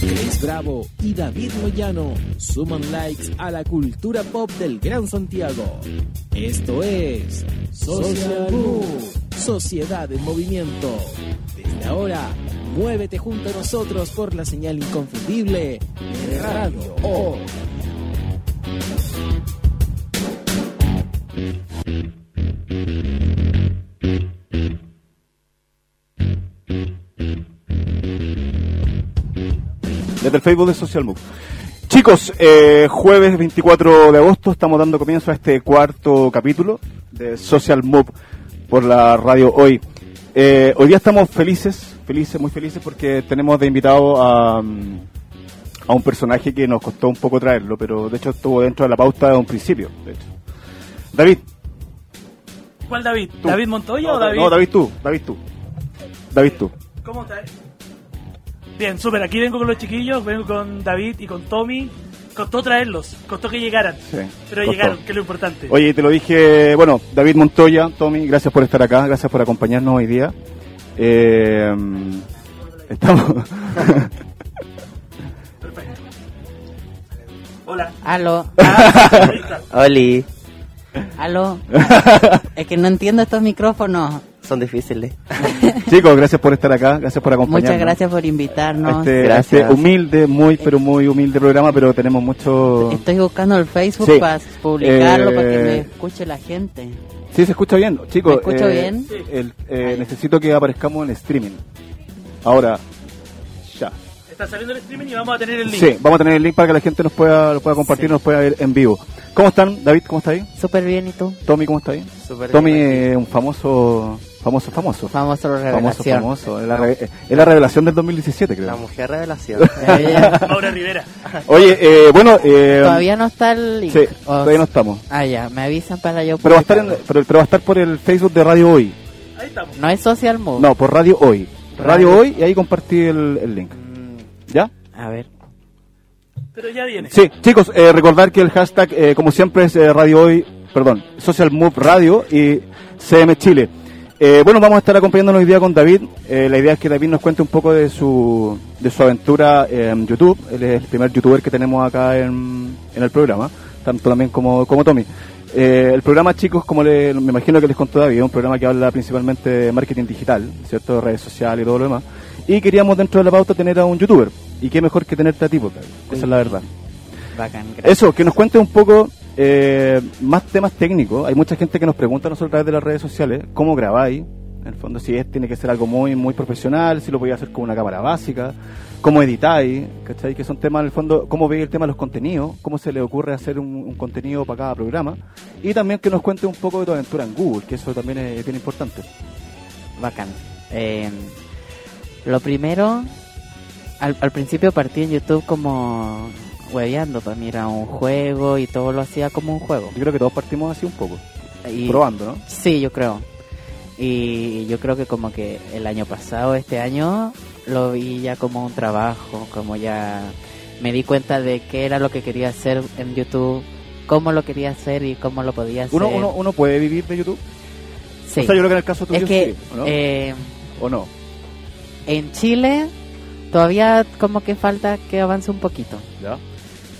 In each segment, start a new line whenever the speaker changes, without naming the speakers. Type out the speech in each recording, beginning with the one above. Grace Bravo y David Moyano suman likes a la cultura pop del Gran Santiago. Esto es Social Move, Sociedad en Movimiento. Desde ahora, muévete junto a nosotros por la señal inconfundible de Radio O.
desde el Facebook de Social Move. Chicos, eh, jueves 24 de agosto estamos dando comienzo a este cuarto capítulo de Social Move por la radio hoy. Eh, hoy día estamos felices, felices, muy felices porque tenemos de invitado a, um, a un personaje que nos costó un poco traerlo, pero de hecho estuvo dentro de la pauta de un principio. de hecho. David,
¿Cuál David?
Tú.
¿David Montoya o
no,
David?
no, David tú, David tú, David tú.
¿Cómo estás? Bien, súper. Aquí vengo con los chiquillos, vengo con David y con Tommy. Costó traerlos, costó que llegaran.
Sí,
pero
costó.
llegaron, que es lo importante.
Oye, te lo dije, bueno, David Montoya, Tommy, gracias por estar acá, gracias por acompañarnos hoy día. Eh, estamos.
Perfecto. Hola.
Aló.
Ahí está.
Oli. Aló. Es que no entiendo estos micrófonos.
Son difíciles.
Chicos, gracias por estar acá, gracias por acompañarnos.
Muchas gracias por
a
invitarnos.
este, a
Gracias.
este humilde, muy, pero muy humilde programa, pero tenemos mucho.
Estoy buscando el Facebook
Sí.
para publicarlo, para que
Eh,
me escuche la gente.
Sí, se escucha bien, chicos.
¿Me escucho bien?
el- eh, necesito que aparezcamos en streaming. Ahora, ya.
Está saliendo el streaming y vamos a tener el link.
Sí, vamos a tener el link para que la gente nos pueda, lo pueda compartir, nos pueda ver en vivo. ¿Cómo están, David? ¿Cómo está ahí?
Súper bien, ¿y tú?
Tommy, ¿cómo está ahí?
Súper
Tommy
bien.
es un famoso, famoso, famoso.
Famoso
famoso,
revelación.
famoso. Es la, re- es la revelación del 2017, creo.
La mujer revelación.
Eh,
Maura Rivera.
Oye, eh, bueno, eh,
Todavía no está el link.
sí,
O-
todavía no estamos.
Ah, ya, me avisan para yo
Pero va, a estar en-
publicarlo.
pero, pero va a estar por el Facebook de Radio Hoy.
Ahí estamos.
No es Social Move.
No, por Radio Hoy. Radio,
Oh. Radio. Mm.
Hoy y ahí compartí el, el link. ¿Ya?
A ver.
Pero ya viene.
Sí, chicos, eh, recordar que el hashtag, eh, como siempre, es eh, Radio Hoy, perdón, Social Move Radio y CM Chile. Eh, bueno, vamos a estar acompañándonos hoy día con David. Eh, la idea es que David nos cuente un poco de su, de su aventura en YouTube. Él es el primer youtuber que tenemos acá en, en el programa, tanto también como, como Tommy. Eh, el programa, chicos, como le- me imagino que les contó David, es un programa que habla principalmente de marketing digital, ¿cierto? Redes sociales y todo lo demás. Y queríamos dentro de la pauta tener a un youtuber. ¿Y qué mejor que tenerte a ti, pues, David? Esa es la verdad.
Bacán, gracias.
Eso, que nos cuente un poco eh, más temas técnicos. Hay mucha gente que nos pregunta a nosotros a través de las redes sociales cómo grabáis. En el fondo, si es, tiene que ser algo muy muy profesional, si lo podéis hacer con una cámara básica, cómo editáis, ¿cachai? Que son temas, en el fondo, cómo veis el tema de los contenidos, cómo se le ocurre hacer un, un contenido para cada programa. Y también que nos cuente un poco de tu aventura en Google, que eso también es bien importante.
Bacán. Eh, lo primero, al, al principio partí en YouTube como hueveando, para mirar un juego y todo lo hacía como un juego.
Yo creo que todos partimos así un poco,
Y,
probando, ¿no?
Sí, yo creo. Y yo creo que como que el año pasado, este año, lo vi ya como un trabajo, como ya me di cuenta de qué era lo que quería hacer en YouTube, cómo lo quería hacer y cómo lo podía hacer.
Uno, uno, uno puede vivir de YouTube.
sí.
O sea, yo creo que en el caso tuyo
es que
sí, ¿o ¿no?
eh,
¿O no?
en Chile todavía como que falta que avance un poquito.
¿Ya?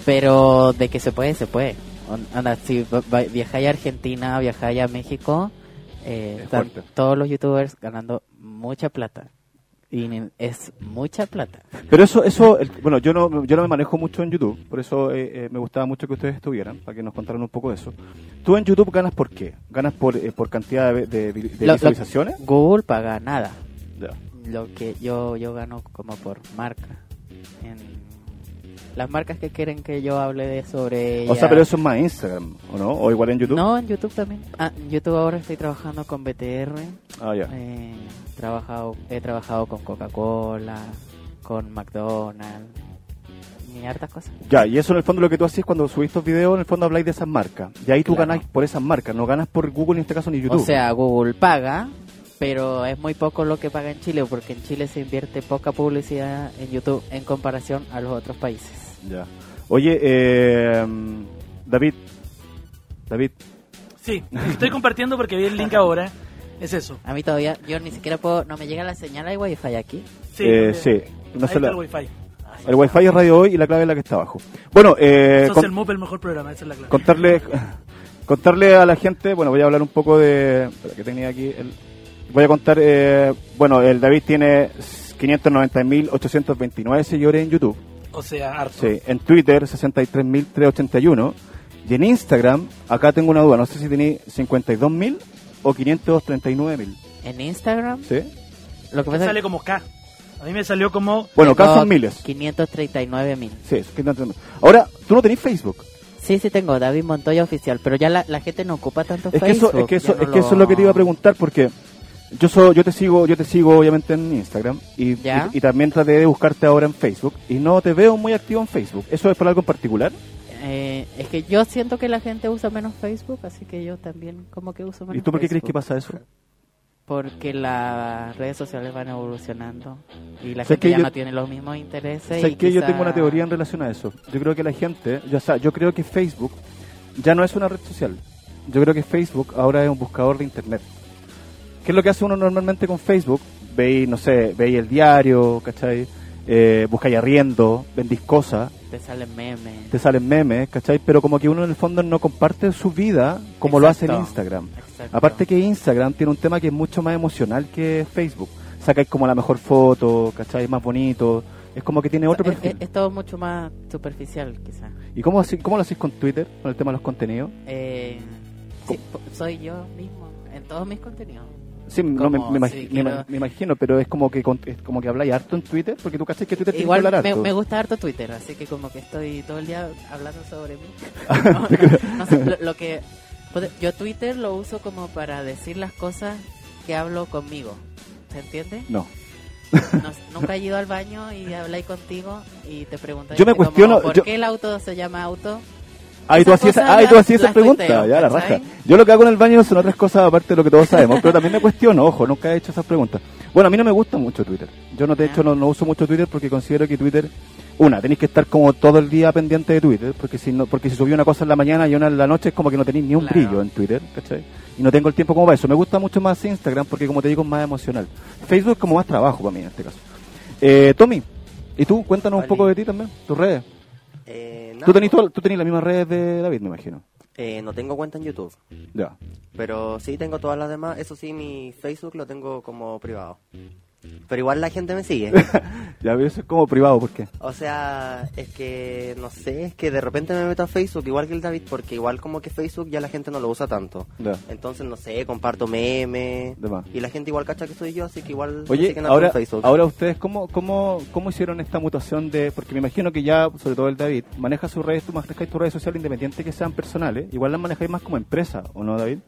Pero de que se puede, se puede. On- Anda, si va- va- viajáis a Argentina, viajáis a México, eh,
Es
están
fuerte.
todos los youtubers ganando mucha plata. Y ni- es mucha plata.
Pero eso, eso el- bueno, yo no, yo no me manejo mucho en YouTube, por eso eh, eh, me gustaba mucho que ustedes estuvieran, para que nos contaran un poco de eso. ¿Tú en YouTube ganas por qué? ¿Ganas por, eh, por cantidad de, de- de
Lo- lo-
visualizaciones?
Google paga nada.
Ya.
Lo que yo, yo gano como por marca. En- las marcas que quieren que yo hable de sobre
O
ella-
sea, pero eso es más Instagram, ¿o no? ¿O igual en YouTube?
No, en YouTube también. Ah, en YouTube ahora estoy trabajando con BTR.
Ah, ya.
Eh, trabajado, he trabajado con Coca-Cola, con McDonald's y hartas cosas.
Ya, y eso en el fondo lo que tú haces cuando subís estos videos, en el fondo habláis de esas marcas. Y ahí tú
Claro.
ganás por esas marcas, no ganas por Google en este caso ni YouTube.
O sea, Google paga, pero es muy poco lo que paga en Chile, porque en Chile se invierte poca publicidad en YouTube en comparación a los otros países.
Ya. Oye, eh, David, David,
Sí, estoy compartiendo porque vi el link ahora. Es eso.
A mí todavía, yo ni siquiera puedo, no me llega la señal de wifi aquí.
Sí,
Eh,
también.
sí. No
Ahí
se
está
la-
el wifi.
el wifi es radio hoy y la clave es la que está abajo. Bueno, eh,
Sos
con-
el MUP, el mejor programa, esa es la clave.
contarle contarle a la gente, bueno, voy a hablar un poco de espera, que tenía aquí el- voy a contar eh, bueno, el David tiene 590.829 seguidores en YouTube.
O sea, harto.
Sí, en Twitter 63.381 y en Instagram, acá tengo una duda, no sé si tenéis 52.000 o 539.000,
En Instagram,
¿sí?
lo que
Me
pasa
sale
es que
como K. A mí me salió como...
Bueno, acá
tengo
son miles.
539 mil.
Sí, es que no tenemos- Ahora, tú no tenés Facebook.
Sí, sí tengo David Montoya oficial, pero ya la, la gente no ocupa tanto
Es que
Facebook.
eso, es que eso,
ya no
es que eso es lo que te iba a preguntar porque yo so- yo te sigo, yo te sigo obviamente en Instagram y, y,
Ya.
y también traté de buscarte ahora en Facebook y no te veo muy activo en Facebook. ¿Eso es por algo en particular?
Eh, es que yo siento que la gente usa menos Facebook, así que yo también como que uso menos
¿Y tú por qué crees
Facebook.
que pasa eso?
Porque las redes sociales van evolucionando y la
Sé
gente
que
ya
yo-
no tiene los mismos intereses.
Sé
y
que yo
quizá-
tengo una teoría en relación a eso. Yo creo que la gente, yo, o sea, yo creo que Facebook ya no es una red social. Yo creo que Facebook ahora es un buscador de internet. ¿Qué es lo que hace uno normalmente con Facebook? Veis, no sé, veis el diario, ¿cachai? Eh, buscáis arriendo, vendís cosas,
Te salen memes.
te salen memes, ¿cachai? Pero como que uno en el fondo no comparte su vida como lo hace en
Exacto.
Instagram.
Exacto.
Aparte que Instagram tiene un tema que es mucho más emocional que Facebook. Sacáis como la mejor foto, ¿cachai? Más bonito. Es como que tiene otro
Es-
perfil.
es, es todo mucho más superficial, quizá.
¿Y cómo, así- cómo lo hacís con Twitter, con el tema de los contenidos?
Eh, sí, po- soy yo mismo en todos mis contenidos.
Oh. Sí, no, me,
¿Cómo?
me imag-
Sí,
me ima-
quiero-
me imagino, pero es como que con- es como que habláis harto en Twitter, porque tú cachas que Twitter tiene que
Igual
hablar
me,
harto.
me gusta harto Twitter, así que como que estoy todo el día hablando sobre mí. No, no, no sé, lo, lo que puede- yo Twitter lo uso como para decir las cosas que hablo conmigo. ¿Se entiende?
No.
No- nunca he ido al baño y habláis contigo y te preguntáis
Yo me
como,
cuestiono,
¿por
yo-
qué el auto se llama auto?
Ay, tú
esas
hacías
cosas
esa, ay, tú
las-
hacías esa
las
pregunta,
tuiteo,
ya la raja.
¿cachai?
Yo lo que hago en el baño son otras cosas aparte de lo que todos sabemos, pero también me cuestiono, ojo, nunca he hecho esas preguntas. Bueno, a mí no me gusta mucho Twitter. Yo no, de
Ya.
hecho, no, no uso mucho Twitter porque considero que Twitter, una, tenéis que estar como todo el día pendiente de Twitter, porque si no, porque si subí una cosa en la mañana y una en la noche es como que no tenéis ni un
Claro.
brillo en Twitter, ¿cachai? Y no tengo el tiempo como para eso. Me gusta mucho más Instagram porque, como te digo, es más emocional. Facebook es como más trabajo para mí en este caso. Eh, Tommy, ¿y tú? Cuéntanos un
Oli.
poco de ti también, tus redes.
Eh, nada,
Tú tenés,
pues,
todas- tú tenés las mismas redes de David, me imagino.
eh, no tengo cuenta en YouTube,
Ya.
pero sí tengo todas las demás. Eso sí, mi Facebook lo tengo como privado. Pero igual la gente me sigue.
Ya, pero eso es como privado, ¿por qué?
O sea, es que no sé, es que de repente me meto a Facebook igual que el David, porque igual como que Facebook ya la gente no lo usa tanto.
Ya.
Entonces, no sé, comparto memes.
De más.
Y la gente igual cacha que soy yo, así que igual me
Oye,
siguen harto en
ahora,
Facebook.
ahora ustedes, ¿cómo, cómo, ¿cómo hicieron esta mutación de...? Porque me imagino que ya, sobre todo el David, maneja sus redes, tú manejas tus redes sociales independientes que sean personales. Igual las manejáis más como empresa, ¿o no, David?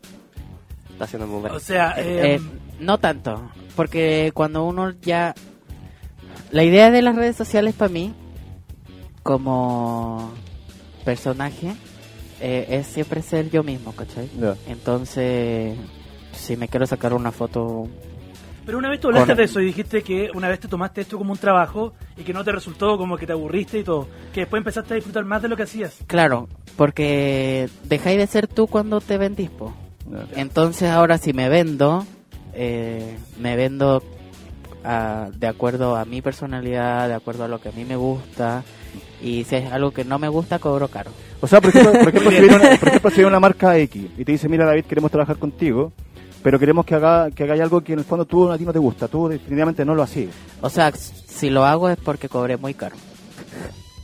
Está haciendo muy
O sea, eh,
Eh, no tanto, porque cuando uno ya... La idea de las redes sociales para mí, como personaje, eh, es siempre ser yo mismo, ¿cachai?
Ya.
Entonces, si me quiero sacar una foto...
pero una vez tú hablaste
con-
de eso y dijiste que una vez te tomaste esto como un trabajo y que no te resultó, como que te aburriste y todo. Que después empezaste a disfrutar más de lo que hacías.
Claro, porque dejáis de ser tú cuando te vendís, po.
Ya.
Entonces ahora si me vendo, eh, me vendo a- de acuerdo a mi personalidad, de acuerdo a lo que a mí me gusta. Y si es algo que no me gusta, cobro caro.
O sea, por ejemplo, por ejemplo, si viene una, por ejemplo, si viene una marca X y te dice, mira, David, queremos trabajar contigo, pero queremos que haga que hagáis algo que en el fondo tú a ti no te gusta, tú definitivamente no lo hacías.
O sea, s- si lo hago es porque cobré muy caro.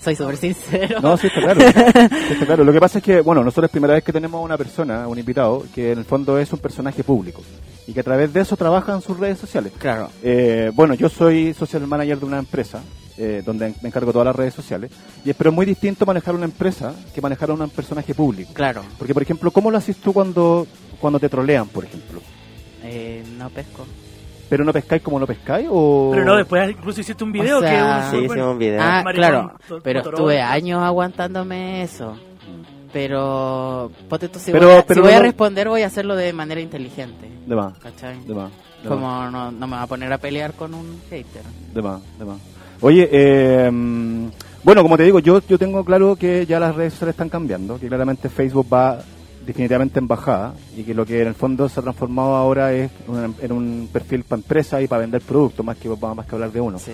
Soy súper sincero.
No, sí está claro. Sí está claro. Lo que pasa es que, bueno, nosotros es primera vez que tenemos a una persona, un invitado, que en el fondo es un personaje público y que a través de eso trabaja en sus redes sociales.
Claro.
Eh, bueno, yo soy social manager de una empresa eh, donde me encargo todas las redes sociales, y es- pero es muy distinto manejar una empresa que manejar a un personaje público.
Claro.
Porque, por ejemplo, ¿cómo lo haces tú cuando, cuando te trolean, por ejemplo?
Eh, no pesco.
¿Pero no pescáis como no pescáis? O...
Pero no, después incluso hiciste un video
O sea,
que uno sube,
Sí,
bueno,
hicimos un video.
Ah,
maricón,
claro.
to-
Pero
Totoro.
estuve años aguantándome eso. Pero, ponte tú, si,
Pero-
voy, a, si
pero
voy a
no-
responder, voy a hacerlo de manera inteligente.
De más,
¿Cachai?
de más. de más.
Como no, no me va a poner a pelear con un hater.
De más, de más. Oye, eh, mm, bueno, como te digo, yo, yo tengo claro que ya las redes sociales están cambiando, que claramente Facebook va definitivamente en bajada y que lo que en el fondo se ha transformado ahora es una- en un perfil para empresa y para vender productos, más que, más que hablar de uno.
Sí.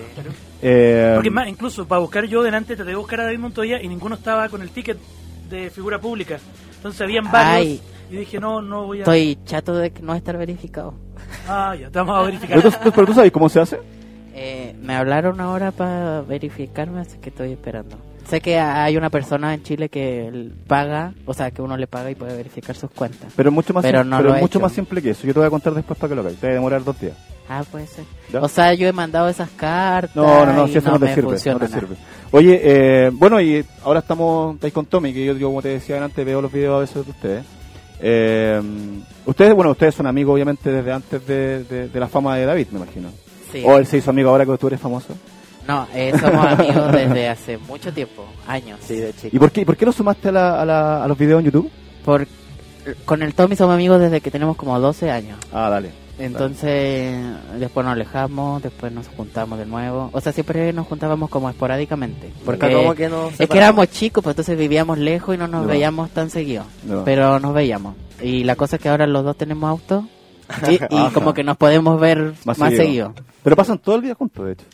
Eh,
Porque es más, incluso para buscar yo delante traté de buscar a David Montoya y ninguno estaba con el ticket de figura pública. Entonces habían varios
Ay.
y dije, no, no voy a...
Estoy chato de que no estar verificado.
Ah, ya, te vamos a verificar.
pero tú- pero tú sabes cómo se hace?
Eh, me hablaron ahora para verificarme, así que estoy esperando. Sé que hay una persona en Chile que l- paga, o sea, que uno le paga y puede verificar sus cuentas.
Pero es mucho más,
Pero
sim-
no
pero
lo
es
he
mucho
hecho.
más simple que eso. Yo te voy a contar después para que lo hagáis. Te va a demorar dos días.
Ah, puede ser.
¿Ya?
O sea, yo he mandado esas cartas.
no, no, no,
y
si eso no, te
me
sirve,
funciona
no te
nada.
sirve. Oye, eh, bueno, y ahora estamos estáis con Tommy, que yo, yo, como te decía antes, veo los videos a veces de ustedes. Eh, ustedes, bueno, ustedes son amigos obviamente desde antes de, de- de la fama de David, me imagino.
Sí.
O él se hizo amigo ahora que tú eres famoso.
No, eh, somos amigos desde hace mucho tiempo, años.
Sí, de chico.
¿Y por qué, por qué lo sumaste a, la- a la- a los videos en YouTube?
Por, con el Tommy somos amigos desde que tenemos como 12 años.
Ah, dale.
Entonces, después nos alejamos, después nos juntamos de nuevo. O sea, siempre nos juntábamos como esporádicamente. Porque
Acá como que no
es que éramos chicos, pues entonces vivíamos lejos y no nos
Ya.
veíamos tan seguido.
Ya.
Pero nos veíamos. Y la cosa es que ahora los dos tenemos auto y, y
Ajá.
como que nos podemos ver
Más
más,
seguido.
seguido.
Pero pasan todo el día juntos, de hecho.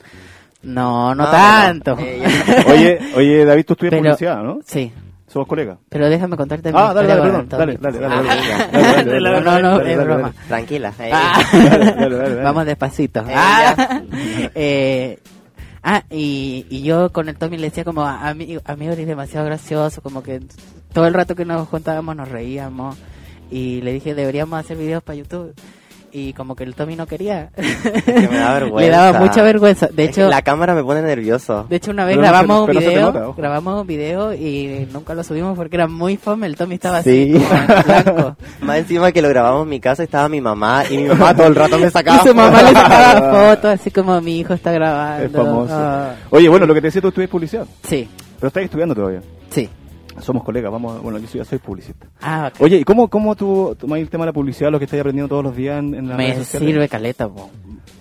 No, no
Ah,
tanto.
bueno. Eh, ya.
Oye, oye David, tú estudias
Pero-
publicidad, ¿no?
Sí,
Somos colegas.
pero déjame contarte mi
Ah, dale,
historia
dale,
con
perdón.
el Tommy.
Dale, dale, dale. dale, dale,
Ah.
dale, dale,
De la-
dale,
No, no,
dale,
es
dale,
broma.
Tranquila. eh.
Ah.
Dale, dale, dale, dale.
Vamos despacito.
Eh,
ah, Eh, ah, y, y yo con el Tommy le decía como, a amigo, eres demasiado gracioso, como que todo el rato que nos juntábamos nos reíamos. Y le dije, deberíamos hacer videos para YouTube. Y como que el Tommy no quería.
que me da
le
vergüenza.
daba mucha vergüenza. De
Es que
hecho,
la cámara me pone nervioso.
de hecho una vez
Pero no se-
grabamos un
pero se te
video,
nota, ojo.
grabamos un video y nunca lo subimos porque era muy fome. El Tommy estaba
Sí.
así, como en blanco.
Más encima que lo grabamos en mi casa estaba mi mamá y mi mamá todo el rato me sacaba.
Y su mamá
fotos.
le sacaba fotos, así como mi hijo está grabando.
Es famoso.
Ah.
Oye, bueno, lo que te decía, tú estudias publicidad,
Sí,
pero estás estudiando todavía.
sí.
Somos colegas, vamos, bueno, yo soy, soy publicista.
Ah, ok.
Oye, ¿y cómo, cómo tú tomas el tema de la publicidad, lo que estás aprendiendo todos los días en, en las
me
redes sociales?
sirve caleta, po.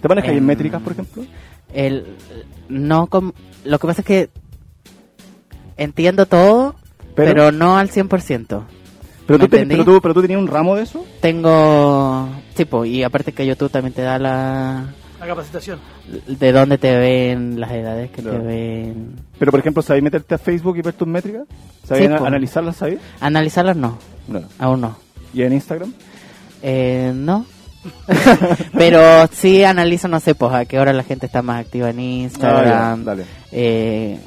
¿Te manejas en
Em,
métricas, por ejemplo?
El, no com- lo que pasa es que entiendo todo,
Pero-
pero, no al 100%.
Pero tú,
¿me
ten-
entendí?
pero, tú, pero tú tenías un ramo de eso.
Tengo, tipo, y aparte que YouTube también te da la
La capacitación.
de dónde te ven, las edades que
Claro.
te ven.
Pero, por ejemplo, ¿sabéis meterte a Facebook y ver tus métricas? ¿Sabéis
Sí,
ana-
po.
analizarlas, sabéis?
Analizarlas no,
No.
aún no.
¿Y en Instagram?
Eh, no. pero sí analizo, no sé, pues a qué hora la gente está más activa en
Ah, ya,
Instagram.
dale.
Eh,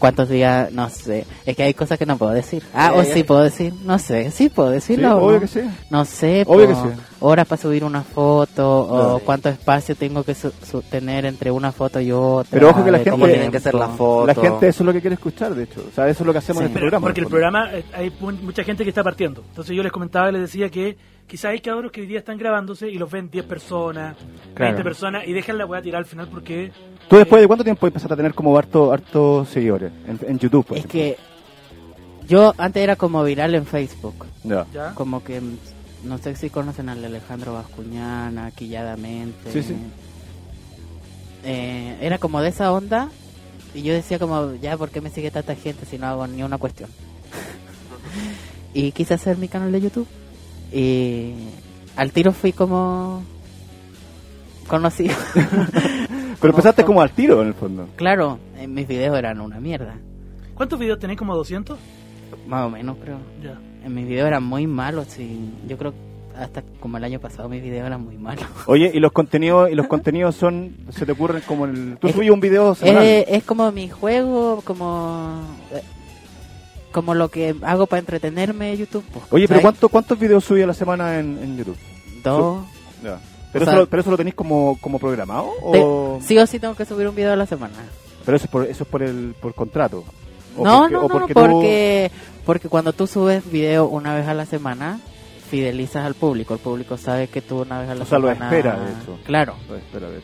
¿Cuántos días? No sé. Es que hay cosas que no puedo decir. Ah,
Ya,
o
ya.
sí puedo decir. No sé. Sí puedo
Sí,
decirlo.
obvio
¿no?
que sí.
No sé.
Obvio
po,
que sí.
Horas para subir una foto. O
Sí.
cuánto espacio tengo que su- su- tener entre una foto y otra.
Pero ojo que la
de
gente-
¿Cómo
Eh,
tienen que hacer las
tiempo.
fotos?
La gente eso es lo que quiere escuchar, de hecho. O sea, eso es lo que hacemos
Sí.
en el
Pero-
programa.
porque el
por-
programa eh, hay mu- mucha gente que está partiendo. Entonces yo les comentaba, les decía que quizás hay cabros que hoy día están grabándose y los ven 10 personas, 20 personas y dejan la weá tirar al final porque
¿Tú después de cuánto tiempo empezaste a tener como harto, harto seguidores en, en YouTube? por
Es
ejemplo?
que yo antes era como viral en Facebook.
Ya.
ya
Como que mm, no sé si conocen al Alejandro Bascuñán, a Quilladamente.
Sí, sí.
Eh, era como de esa onda. Y yo decía como, ya, ¿por qué me sigue tanta gente si no hago ni una cuestión? y quise hacer mi canal de YouTube. Y al tiro fui como conocido.
Pero empezaste
Conozco-
como al tiro, en el fondo.
Claro, eh, mis videos eran una mierda.
¿Cuántos videos tenéis como 200?
Más o menos, creo.
Ya.
En mis videos eran muy malos. Y yo creo hasta como el año pasado mis videos eran muy malos.
Oye, y los contenidos, y los contenidos son, se te ocurren como el, tú
Es- eh,
subís un video semanal.
Es, es como mi juego, como eh, como lo que hago para entretenerme YouTube. pues,
Oye, pero
¿cachai?
¿cuánto, ¿cuántos videos subí a la semana en, en YouTube?
Dos.
Ya. Pero,
O sea-
eso lo, pero eso lo tenéis como, como programado o
Te- sí o sí tengo que subir un video a la semana.
pero eso es por eso es por el por contrato. O
No,
porque-
no,
o
no,
porque
porque,
tú-
porque, cuando tú subes video una vez a la semana, fidelizas al público. El público sabe que tú una vez a la
O sea, lo
semana...
espera, de hecho.
Claro.
Ay, Ah, espera, a ver.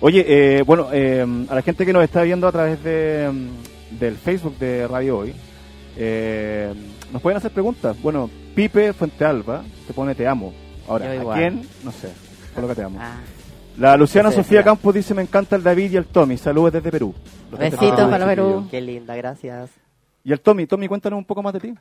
Oye, eh, bueno, eh, a la gente que nos está viendo a través de, mm, del Facebook de Radio Hoy, eh, nos pueden hacer preguntas. Bueno, Pipe Fuente Alba te pone te amo. Ahora,
Yo
¿a
igual.
quién? No sé. Coloca te amo.
Ah,
La Luciana
Ese,
Sofía
ya.
Campos dice, me encanta el David y el Tommy. Saludos desde Perú. Los
Besitos
desde
para
chiquillo.
Perú.
Qué linda, gracias.
Y el Tommy, Tommy, cuéntanos un poco más de ti.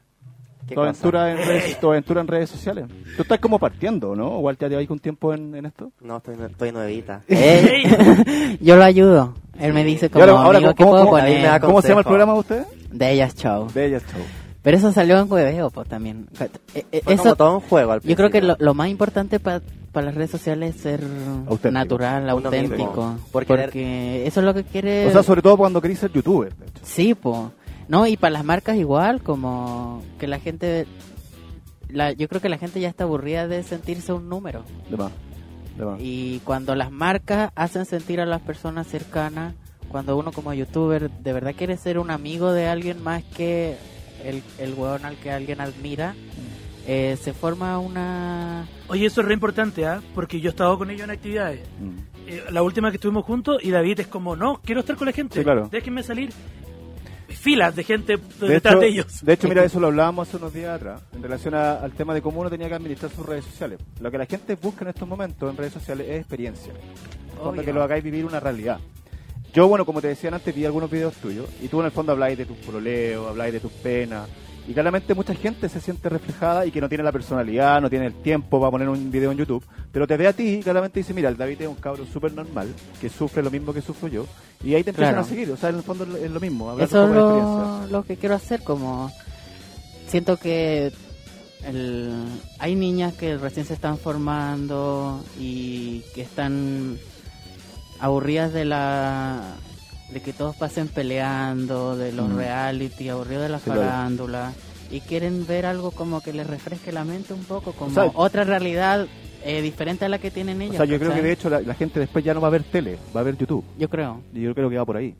¿Qué
Tu
cosa?
aventura, en redes, tu aventura en redes sociales. Tú estás como partiendo, ¿no? Igual te lleváis un tiempo en, en esto.
No, estoy, nue- estoy nuevita.
Eh, yo lo ayudo. Él me dice como, amigo, ¿qué puedo
cómo-
ahí me da
poner?
con-
cómo se llama el
consejo.
programa de ustedes?
De ellas, chao.
De ellas Show.
Pero eso salió en hueveo, pues, también. Eh, eh,
Fue como
Eso,
todo un juego al
yo creo que lo,
principio.
lo más importante para las redes sociales es ser
Auténtico.
natural,
Uno mismo.
auténtico.
Porque-
Porque, eso es lo que quiere...
O sea, sobre todo cuando querís ser youtuber. de hecho.
Sí, po. No, y para las marcas igual, como que la gente... La, yo creo que la gente ya está aburrida de sentirse un número.
De más. De más.
Y cuando las marcas hacen sentir a las personas cercanas, cuando uno como youtuber de verdad quiere ser un amigo de alguien más que el, el weón al que alguien admira, eh, se forma una...
Oye, eso es re importante, ¿ah? Porque yo he estado con ellos en actividades.
Mm.
Eh, la última que estuvimos juntos y David es como, no, quiero estar con la gente.
Sí, claro.
Déjenme salir. Filas de gente
De
detrás
hecho,
de ellos.
de hecho, mira, eso lo hablábamos hace unos días atrás, en relación a- al tema de cómo uno tenía que administrar sus redes sociales. Lo que la gente busca en estos momentos en redes sociales es experiencia. Cuando que
Obvio.
lo hagáis vivir una realidad. Yo, bueno, como te decía antes, vi algunos videos tuyos y tú en el fondo habláis de tus proleos, habláis de tus penas. Y claramente mucha gente se siente reflejada y que no tiene la personalidad, no tiene el tiempo para poner un video en YouTube. Pero te ve a ti y claramente dice, mira, el David es un cabro súper normal, que sufre lo mismo que sufro yo. Y ahí te empiezan
Claro.
a seguir. O sea, en el fondo es lo- es lo mismo, hablar
Eso
un
es
poco de experiencia.
lo, lo que quiero hacer, como siento que el- hay niñas que recién se están formando y que están aburridas de la de que todos pasen peleando, de los
Mm.
reality, aburridas de la
Sí, claro.
farándula y quieren ver algo como que les refresque la mente un poco, como
sea,
otra realidad eh, diferente a la que tienen ellas.
O sea, yo creo que
¿cachai?
de hecho la, la gente después ya no va a ver tele, va a ver YouTube.
yo creo.
Y yo creo que va por ahí.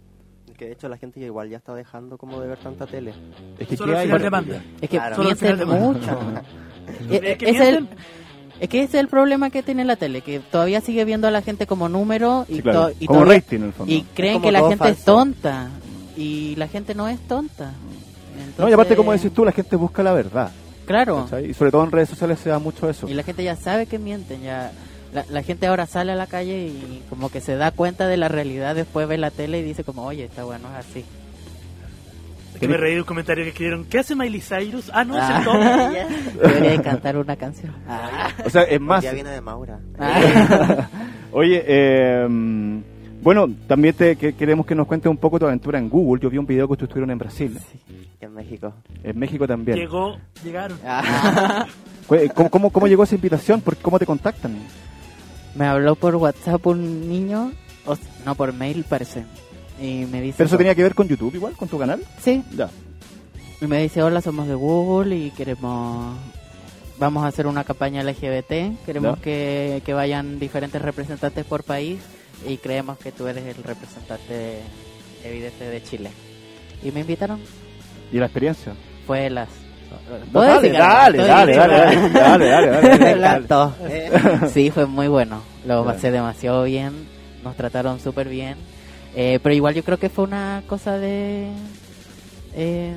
Que de hecho la gente ya igual ya está dejando como de ver tanta tele.
Es que
Solo
¿qué
al
hay?
final demanda.
Es que
Claro.
Solo al final
mienten
de
mucho. Eh,
Es que
es, el,
mienten.
es que ese es el problema que tiene la tele, que todavía sigue viendo a la gente como número y,
Sí, claro.
to- y
Como
todavía-
rating en el fondo.
y creen
como
que la
todo
gente es
falso.
tonta y la gente no es tonta.
No, y aparte, como decís tú, la gente busca la verdad.
Claro,
¿cachai? Y sobre todo en redes sociales se da mucho eso.
y la gente ya sabe que mienten, ya la, la gente ahora sale a la calle y como que se da cuenta de la realidad, después ve la tele y dice como, oye, esta bueno es así.
Es que me reí de un comentario que escribieron. ¿Qué hace Miley Cyrus? Ah, no, es el Tom.
Ah. Debería de cantar una canción. Ah.
O sea, es más.
Ya viene de Maura.
Oye, eh, mm, bueno, también te que- queremos que nos cuentes un poco tu aventura en Google. Yo vi un video que ustedes tuvieron en Brasil,
En México.
en México también.
Llegó, llegaron.
Ah.
Cu- eh, ¿Cómo, cómo, cómo llegó esa invitación? ¿Por- ¿Cómo te contactan?
Me habló por WhatsApp un niño, o s- no, por mail parece. Y me dice...
¿Pero eso tenía que ver con YouTube igual, con tu canal?
Sí,
Ya.
y me dice, hola, somos de Google y queremos... Vamos a hacer una campaña LGBT, queremos
Ya.
que, que vayan diferentes representantes por país y creemos que tú eres el representante evidente de Chile. Y me invitaron,
¿Y la experiencia?
fue las... ¿Puedo
Dale,
decir
dale,
algo? Estoy
dale, dale,
diciendo-
dale, dale, dale, dale,
Me
dale, dale.
encantó. Sí, fue muy bueno. Lo
Ya.
pasé demasiado bien. Nos trataron súper bien. Eh, pero igual yo creo que fue una cosa de eh,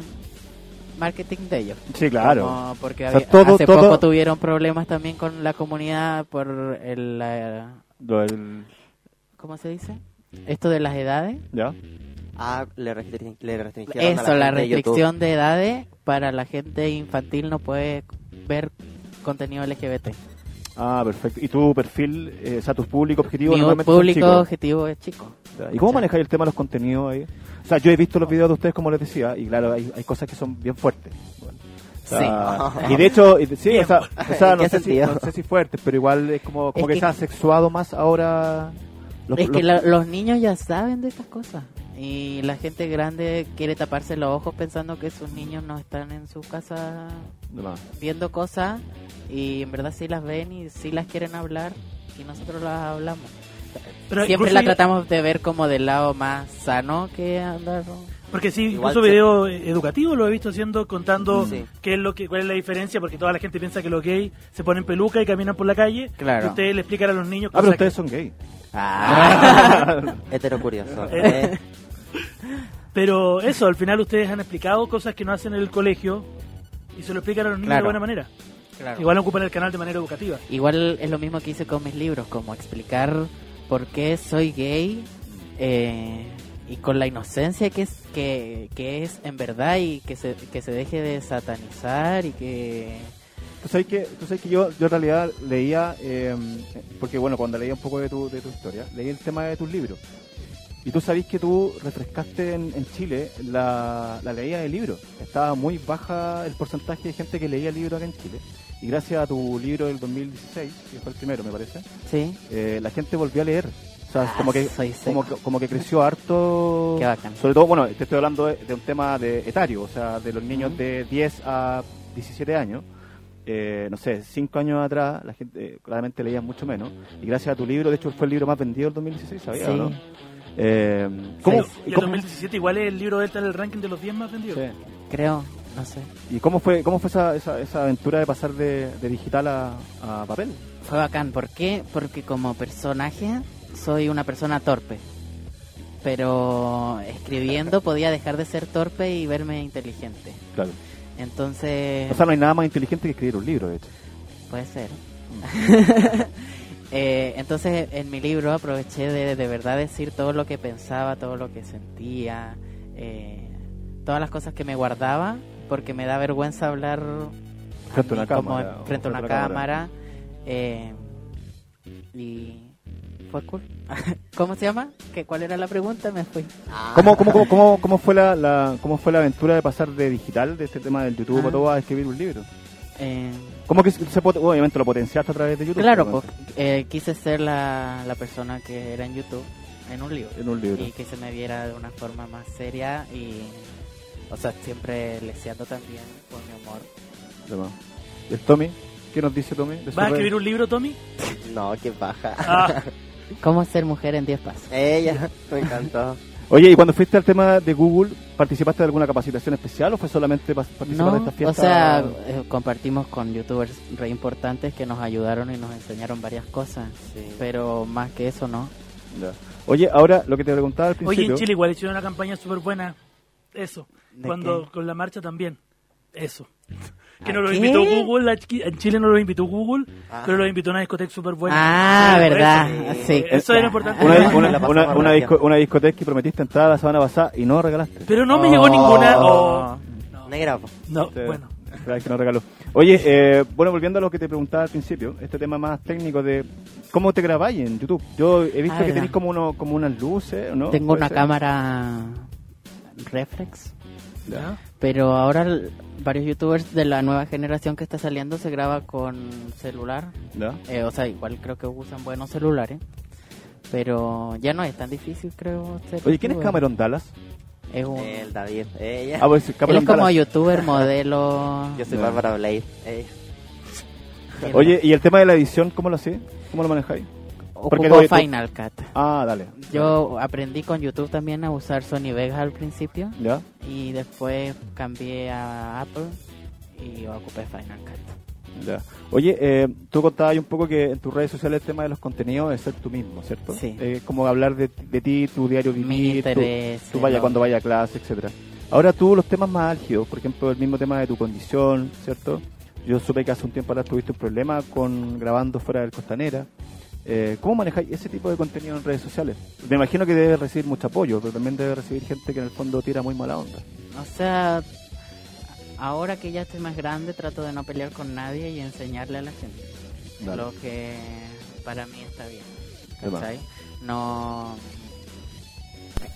marketing de ellos.
Sí, claro.
Como porque
O sea,
había-
todo-
hace
todo-
poco tuvieron problemas también con la comunidad por el, la-
Lo del-
¿Cómo se dice? Esto de las edades.
¿Ya?
Ah, le, restri- le restringieron a
Eso, la,
gente de YouTube.
restricción de edades para la gente infantil no puede ver contenido LGBT.
Ah, perfecto. ¿Y tu perfil, eh, o sea, tu público objetivo?
Mi
normalmente son
público
chicos?
objetivo es chico.
Ya. ¿Y cómo manejáis el tema de los contenidos ahí? O sea, yo he visto los videos de ustedes, como les decía, y claro, hay, hay cosas que son bien fuertes. Bueno, o sea, Y de hecho, y de- sí, o sea, o sea,
¿En
no,
qué
sé si,
sentido?
no sé si fuertes, pero igual es como, como
Es
que,
que-
se ha sexuado más ahora. los-
es que
los-
la- los niños ya saben de estas cosas. Y la gente grande quiere taparse los ojos pensando que sus niños no están en su casa
No.
viendo cosas. Y en verdad sí las ven y sí las quieren hablar. Y nosotros las hablamos.
Pero
Siempre
incluso
la
hay-
tratamos de ver como del lado más sano que andar.
Porque sí,
Igual
incluso
se-
video educativo lo he visto haciendo, contando
Sí.
qué es lo que, cuál es la diferencia, porque toda la gente piensa que los gays se ponen peluca y caminan por la calle.
Claro.
Y ustedes le explican a los niños
Ah, pero
cosas que-
ustedes son gay.
Heterocurioso.
Eh.
Eh,
Pero eso, al final ustedes han explicado cosas que no hacen en el colegio y se lo explican a los niños de
Claro.
buena manera.
Claro.
Igual ocupan el canal de manera educativa.
Igual es lo mismo que hice con mis libros, como explicar por qué soy gay eh, y con la inocencia que es, que, que es en verdad y que se, que se deje de satanizar y que...
Tú sabes que, tú sabes que yo, yo en realidad leía, eh, porque bueno, cuando leía un poco de tu, de tu historia, leí el tema de tus libros. Y tú sabés que tú refrescaste en, en Chile la, la leída de libros. Estaba muy baja el porcentaje de gente que leía libros acá en Chile. Y gracias a tu libro del 2016, que fue el primero, me parece,
Sí,
eh, la gente volvió a leer. O sea,
Ah,
como, que,
soy seco.
como, que, como que creció harto.
Qué bacán.
Sobre todo, bueno, te estoy hablando de, de un tema de etario, o sea, de los niños
Ujú.
de 10 a 17 años. Eh, no sé, 5 años atrás la gente eh, claramente leía mucho menos. Y gracias a tu libro, de hecho, fue el libro más vendido del 2016, ¿sabías?
Sí.
o ¿no? Eh, ¿cómo,
Sí.
Y el
cómo-
2017 igual el libro de él está en el ranking de los 10 más vendidos.
sí.
creo, no sé.
¿Y cómo fue, cómo fue esa, esa, esa aventura de pasar de, de digital a, a papel?
Fue bacán, ¿por qué? Porque como personaje soy una persona torpe. Pero escribiendo podía dejar de ser torpe y verme inteligente.
Claro.
Entonces...
O sea, no hay nada más inteligente que escribir un libro, de hecho.
Puede ser. Eh, entonces, en mi libro aproveché de de verdad decir todo lo que pensaba, todo lo que sentía, eh, todas las cosas que me guardaba, porque me da vergüenza hablar a
Frente a una
como
cámara, o
frente a una
frente a la
cámara. eh, y fue cool. ¿Cómo se llama? ¿Qué, ¿Cuál era la pregunta? Me fui.
¿Cómo, cómo, cómo, cómo, cómo fue la, la- cómo fue la aventura de pasar de digital, de este tema del YouTube,
Ah.
a todo, a escribir un libro?
Eh,
¿Cómo que se, se pot- obviamente lo potenciaste a través de YouTube?
claro,
obviamente,
pues, eh, quise ser la, la persona que era en YouTube, en un libro.
En un libro.
y que se me viera de una forma más seria y o sea siempre leseando también por mi amor
De más. ¿Y el Tommy? ¿Qué nos dice Tommy? de su
¿Vas a
red?
escribir un libro, Tommy?
No, qué baja.
Ah,
cómo ser mujer en 10 pasos
Ella, me encantó.
Oye, ¿y cuando fuiste al tema de Google, participaste de alguna capacitación especial o fue solamente pas- participar
no
de esta fiesta?
o sea eh, compartimos con youtubers re importantes que nos ayudaron y nos enseñaron varias cosas pero más que eso no
Ya. Oye, ahora lo que te preguntaba al
oye,
principio.
en Chile igual hicieron una campaña súper buena. Eso.
¿De
Cuando
qué?
con la marcha también. Eso. Que no
¿A
lo
qué?
invitó Google, a Chi- en Chile no lo invitó Google,
Ah.
pero lo invitó a una discoteca súper buena.
ah
Sí,
verdad
eso,
sí
eso
Ya.
era importante.
Eh, Una,
Ajá.
una-
La pasamos
una- una
rápido.
disco- una discoteca que prometiste entrar la semana pasada y no regalaste. Ah.
Pero no me
Oh.
llegó ninguna. oh, no,
Negra, po.
no,
Te-
bueno.
Espera, que no regaló. Oye, eh, bueno, volviendo a lo que te preguntaba al principio, este tema más técnico de cómo te grabáis en YouTube. Yo he visto
Ah,
que
verdad.
tenéis como, uno, como unas luces, ¿no?
tengo
¿Puede
una
ser?
cámara reflex
Ya.
pero ahora l- varios youtubers de la nueva generación que está saliendo se graba con celular
Ya.
Eh, o sea, igual creo que usan buenos celulares. Pero ya no es tan difícil, creo. ser
Oye, ¿quién es
youtuber.
Cameron Dallas?
Es un.
El
él
David, ella.
Ah, pues Cameron
es como
Dallas.
youtuber, modelo.
Yo soy
No.
Bárbara Blade. Ella.
Oye, ¿y el tema de la edición, cómo lo hacéis? ¿Cómo lo manejáis? porque
Ocupo
tú- tú-
Final Cut.
Ah, dale.
Yo aprendí con YouTube también a usar Sony Vegas al principio.
¿Ya?
Y después cambié a Apple. Y ocupé Final Cut.
Ya. Oye, eh, tú contabas ahí un poco que en tus redes sociales el tema de los contenidos es ser tú mismo, ¿cierto?
Sí.
Eh, como hablar de, de ti, tu diario
Mi
vivir, tu,
interés.
tú vaya
lo-
cuando vaya a clase, etcétera. Ahora tú los temas más álgidos, por ejemplo, el mismo tema de tu condición, ¿cierto? Yo supe que hace un tiempo atrás tuviste un problema con grabando fuera del Costanera. Eh, ¿Cómo manejáis ese tipo de contenido en redes sociales? Me imagino que debes recibir mucho apoyo, pero también debes recibir gente que en el fondo tira muy mala onda.
O sea, ahora que ya estoy más grande, trato de no pelear con nadie y enseñarle a la gente.
Dale.
lo que para mí está bien.
De más.
¿cachai? No.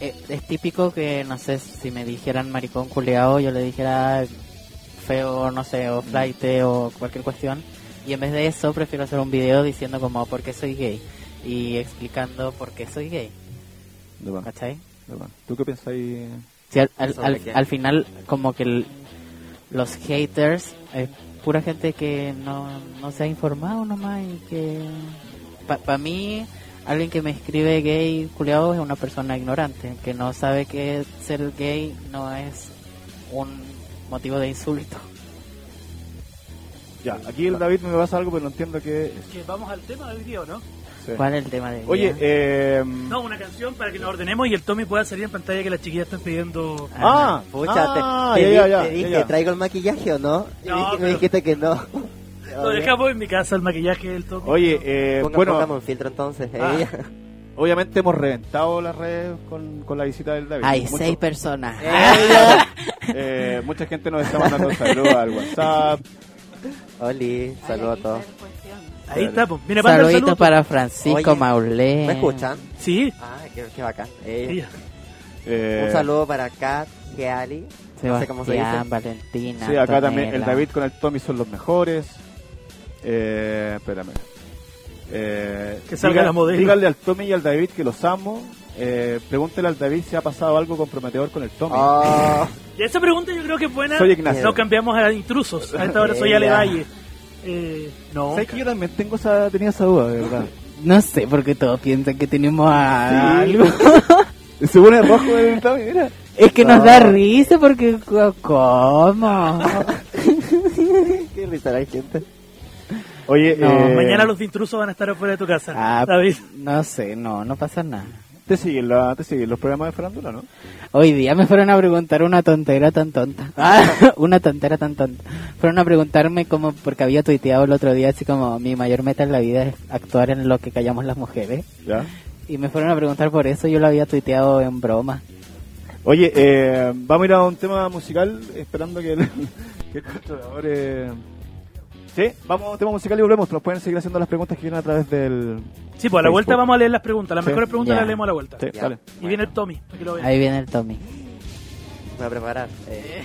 eh, Es, típico que, no sé, si me dijeran maricón culeado, yo le dijera "Ay, feo, no sé, o flaite o cualquier cuestión. Y en vez de eso, prefiero hacer un video diciendo como por qué soy gay y explicando por qué soy gay,
De más,
¿cachai?
de más. ¿Tú qué pensáis?
Sí, al, al-
¿Sobre
al-
qué?
al final, como que el- los haters es pura gente que no, no se ha informado nomás y que... Para mí, alguien que me escribe gay culiado es una persona ignorante, que no sabe que ser gay no es un motivo de insulto.
Ya, aquí el David me pasa algo, pero no entiendo qué es.
Que vamos al tema del video, ¿no?
Sí.
¿Cuál es el tema de
Oye, eh...
No, una canción para que nos ordenemos y el Tommy pueda salir en pantalla que las chiquillas están pidiendo.
Ah,
Pucha, te-
ah,
te,
ya,
di-
ya, ya,
te
ya,
dije,
ya.
¿traigo el maquillaje o no? Y
No,
dije- me
pero-
dijiste que no.
Lo dejamos en mi casa, el maquillaje del Tommy.
Oye, eh,
Ponga-
bueno,
pongamos un filtro entonces.
Ah.
ella.
Obviamente hemos reventado las redes con, con la visita del David.
Hay
Mucho-
seis personas.
eh, mucha gente nos está mandando saludos al WhatsApp.
Oli, saludos a todos.
Ahí
Claro.
está, pues. Mira, manda el
Saluditos
saludo.
para Francisco
Oye,
Maulé.
¿Me escuchan?
Sí.
Ah, qué, qué bacán. Eh,
Ella.
Eh,
Un saludo para Kat, Keali. No sé cómo se
Sebastián,
dice.
Valentina.
Sí, acá
Antonella.
también el David con el Tommy son los mejores. Eh, espérame. Eh,
Que salga la modelo.
Díganle al Tommy y al David que los amo. Eh, pregúntele al David si ha pasado algo comprometedor con el Tommy.
Oh,
Y esa pregunta yo creo que es buena.
Soy Ignacio.
No cambiamos a intrusos. A esta hora soy Ale
Ella.
Valle. Eh, no.
¿Sabes que yo también tengo esa, tenía esa duda, de verdad?
No sé, porque todos piensan que tenemos a
Sí.
algo.
Se pone rojo el Tommy, mira.
Es que nos
No.
Ah.
da risa porque co- ¿cómo?
qué risa la gente.
Oye,
No,
eh,
Mañana los de intrusos van a estar afuera de tu casa.
Ah,
David.
no sé, no, no pasa nada.
te siguen, la- te siguen Este los programas de farándula, ¿no?
Hoy día me fueron a preguntar una tontera tan tonta. Ah, una tontera tan tonta. Fueron a preguntarme como, porque había tuiteado el otro día así como, mi mayor meta en la vida es actuar en lo que callamos las mujeres.
Ya.
Y me fueron a preguntar por eso, yo lo había tuiteado en broma.
Oye, eh, vamos a ir a un tema musical, esperando que el, que el controlador... eh, Sí, vamos a un tema musical y volvemos. Nos pueden seguir haciendo las preguntas que vienen a través del...
Sí, pues a la
Facebook.
vuelta vamos a leer las preguntas. Las
Sí.
mejores preguntas
Ya.
las leemos a la vuelta.
Sí,
Ya.
dale.
Y viene el Tommy. para que lo vean.
Ahí viene el Tommy.
Me voy a preparar. Eh,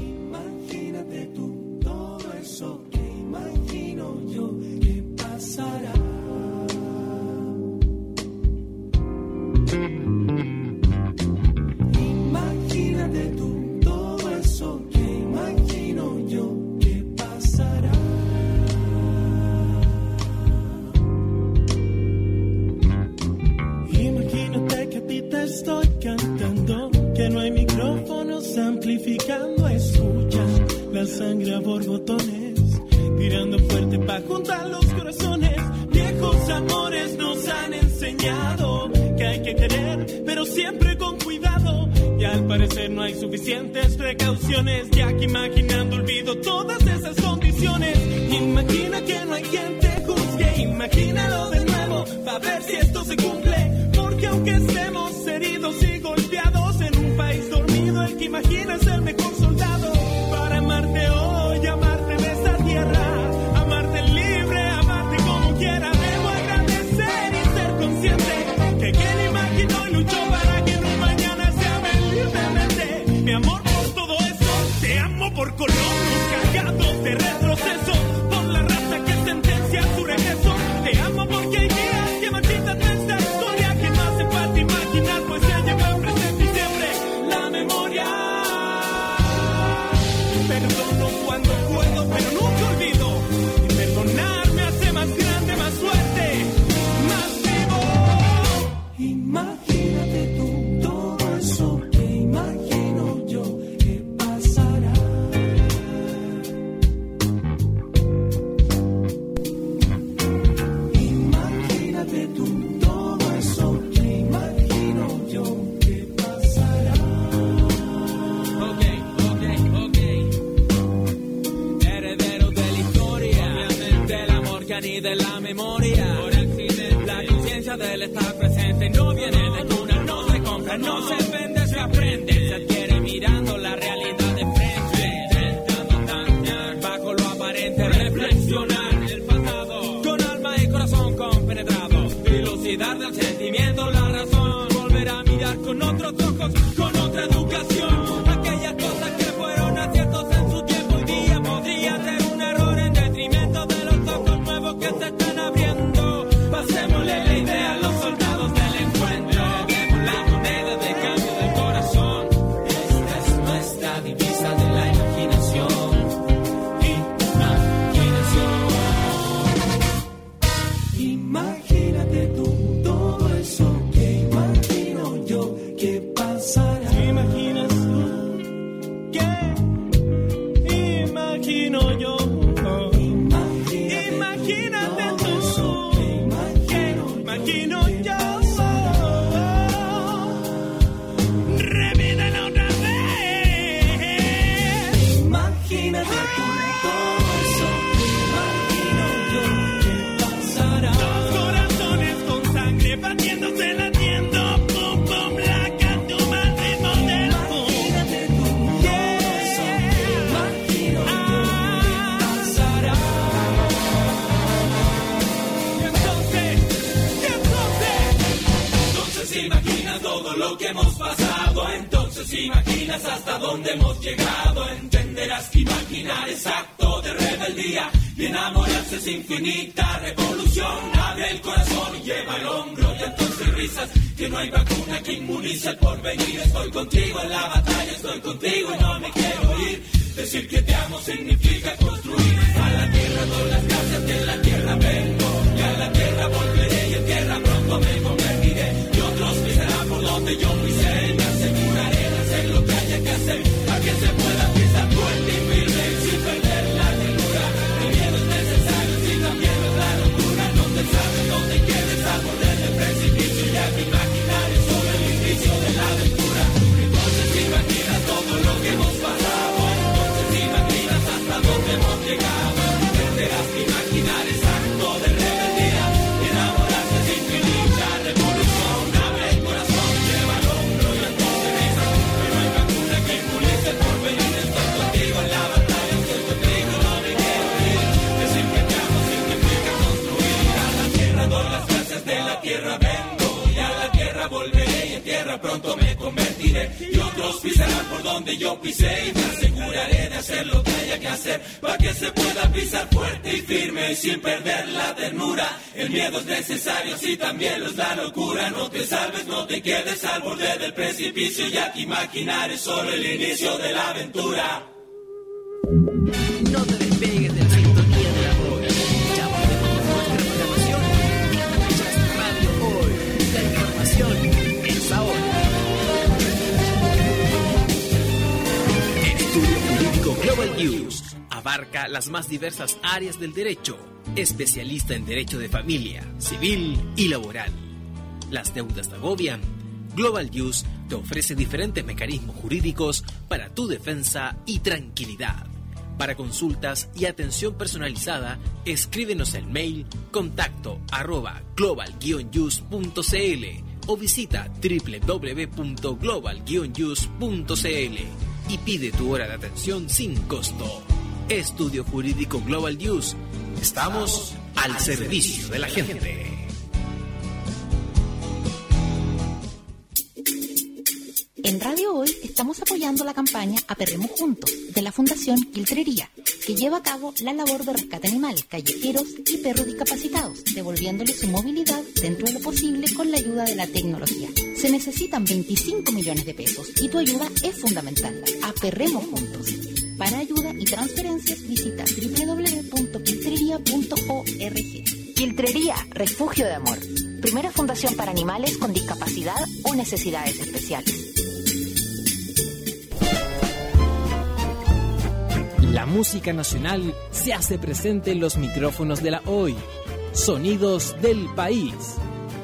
Imagínate tú todo eso que imagino yo que pasará. Imagínate tú todo eso que imagino yo que pasará. Imagínate que a ti te estoy cantando, que no hay micrófonos amplificando, escucha la sangre a borbotones, tirando fuerte para juntar los corazones. Viejos amores nos han enseñado que hay que querer, pero siempre con cuidado. Y al parecer no hay suficientes precauciones, ya que imaginando olvido todas esas condiciones. Imagina que no hay quien te juzgue, imagínalo de nuevo, para ver si esto se cumple. Porque aunque estemos heridos y golpeados en un país dormido, el que imagina es el mejor soldado. Para amarte hoy, amarte de esta tierra, amarte libre, amarte como quiera. Debo agradecer y ser consciente que quien imaginó y luchó para que un mañana se ame libremente. Mi amor por todo eso, te amo por colombios cargados de retroceso, por la raza que sentencia su regreso. Te amo porque hay días que marchitan de esta historia que no hace falta imaginar, pues se lleva presente y siempre la memoria. Perdono cuando puedo, pero nunca olvido. Y perdonar me hace más grande, más fuerte, más vivo. Imagínate tú todo eso que imagino yo que pasará. Imagínate tú todo eso que imagino yo que pasará. Ok, ok, ok. Heredero de la historia, del amor ya ni de la memoria. Por accidente, la conciencia del estar presente no viene de cuna, no se compra, no se vende, se aprende. Se adquiere mirando la realidad de frente. Intentando tantear bajo lo aparente, reflexionar el pasado. Con alma y corazón compenetrado, dilucidar del sentimiento la razón. Volver a mirar con otros ojos, con otra educación. Aquellas cosas que fueron aciertos en su tiempo y día podría ser un error en detrimento de los ojos nuevos que se están abriendo. Pasémosle la idea a los soldados del encuentro. Demos la moneda de cambio del corazón. Esta es nuestra dimensión. Saliéndose la tienda, pum, pum, la cantumba del modelo. Imagínate tú, yeah. Ah, Y entonces, y entonces, entonces imagina todo lo que hemos pasado, entonces imaginas hasta dónde hemos llegado, entenderás que imaginar es acto de rebeldía y enamorarse es infinita revolución, abre el corazón y lleva el hombro y entonces risas que no hay vacuna que inmunice el porvenir, estoy contigo en la batalla, estoy contigo y no me quiero ir, decir que te amo significa construir a la tierra con las gracias de la tierra vengo y a la tierra volveré y en tierra pronto me convertiré y otros pisarán por donde yo pisé me aseguraré de hacer lo que haya que hacer para que se pueda pisar tu el firme sin perder la ternura el miedo es necesario si también es la locura no te sabes dónde quieres al borde del precipicio ya que imaginar es solo el inicio de la aventura entonces imagina todo lo que hemos pasado entonces imaginas hasta dónde hemos llegado entenderás que imaginar es acto de rebeldía y enamorarse es infinita revolución abre el corazón lleva el hombro y entonces risas que no hay vacuna que inmunice el porvenir estoy contigo en la batalla estoy contigo no me quiero ir decir que te amo significa construir a la tierra doy las gracias de la tierra vengo y a la tierra volveré y en tierra pronto me convertiré y otros pisarán por donde yo pisé y me aseguraré de hacer lo que haya que hacer para que se pueda pisar fuerte y firme y sin perder la ternura el miedo es necesario si también lo es la locura no te salves no te quedes al borde del precipicio ya que imaginar es solo el inicio de la aventura
No te despegues de la sintonía de la voz. Ya volvemos con nuestra programación. Escuchas Radio Hoy. La información es ahora.
Estudio Jurídico Global News abarca las más diversas áreas del derecho, especialista en derecho de familia, civil y laboral. Las deudas te agobian. Global News te ofrece diferentes mecanismos jurídicos para tu defensa y tranquilidad. Para consultas y atención personalizada, escríbenos el mail contacto arroba global o visita wwwglobal y pide tu hora de atención sin costo. Estudio Jurídico Global News. Estamos al servicio de la gente.
En Radio Hoy estamos apoyando la campaña Aperremos Juntos de la Fundación Quiltrería, que lleva a cabo la labor de rescate animal, callejeros y perros discapacitados, devolviéndole su movilidad dentro de lo posible con la ayuda de la tecnología. Se necesitan 25 millones de pesos y tu ayuda es fundamental. Aperremos Juntos. Para ayuda y transferencias visita www.quiltrería.org. Quiltrería, refugio de amor. Primera fundación para animales con discapacidad o necesidades especiales.
La música nacional se hace presente en los micrófonos de la hoy. Sonidos del país.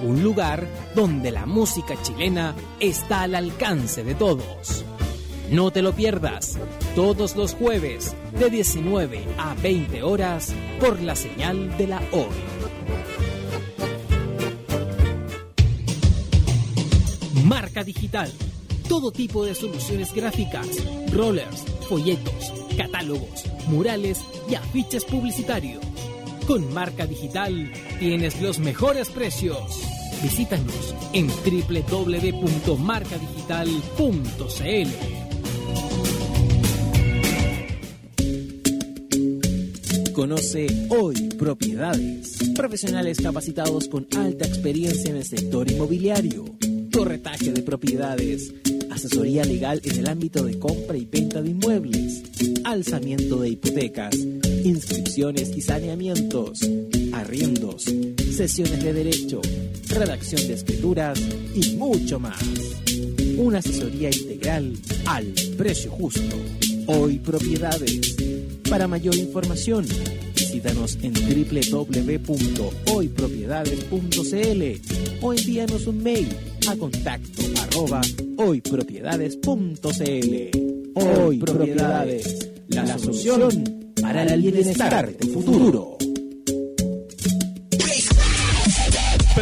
Un lugar donde la música chilena está al alcance de todos. No te lo pierdas, todos los jueves de 19 a 20 horas por la señal de la hoy. Marca digital. Todo tipo de soluciones gráficas, rollers, folletos, catálogos, murales y afiches publicitarios. Con Marca Digital tienes los mejores precios. Visítanos en www.marcadigital.cl. Conoce hoy propiedades. Profesionales capacitados con alta experiencia en el sector inmobiliario. Corretaje de propiedades. Asesoría legal en el ámbito de compra y venta de inmuebles. Alzamiento de hipotecas. Inscripciones y saneamientos. Arriendos. Sesiones de derecho. Redacción de escrituras. Y mucho más. Una asesoría integral al precio justo. Hoy propiedades. Para mayor información, visítanos en www.hoypropiedades.cl o envíanos un mail a contacto arroba hoypropiedades.cl. Hoy Propiedades, la solución para el bienestar de tu futuro.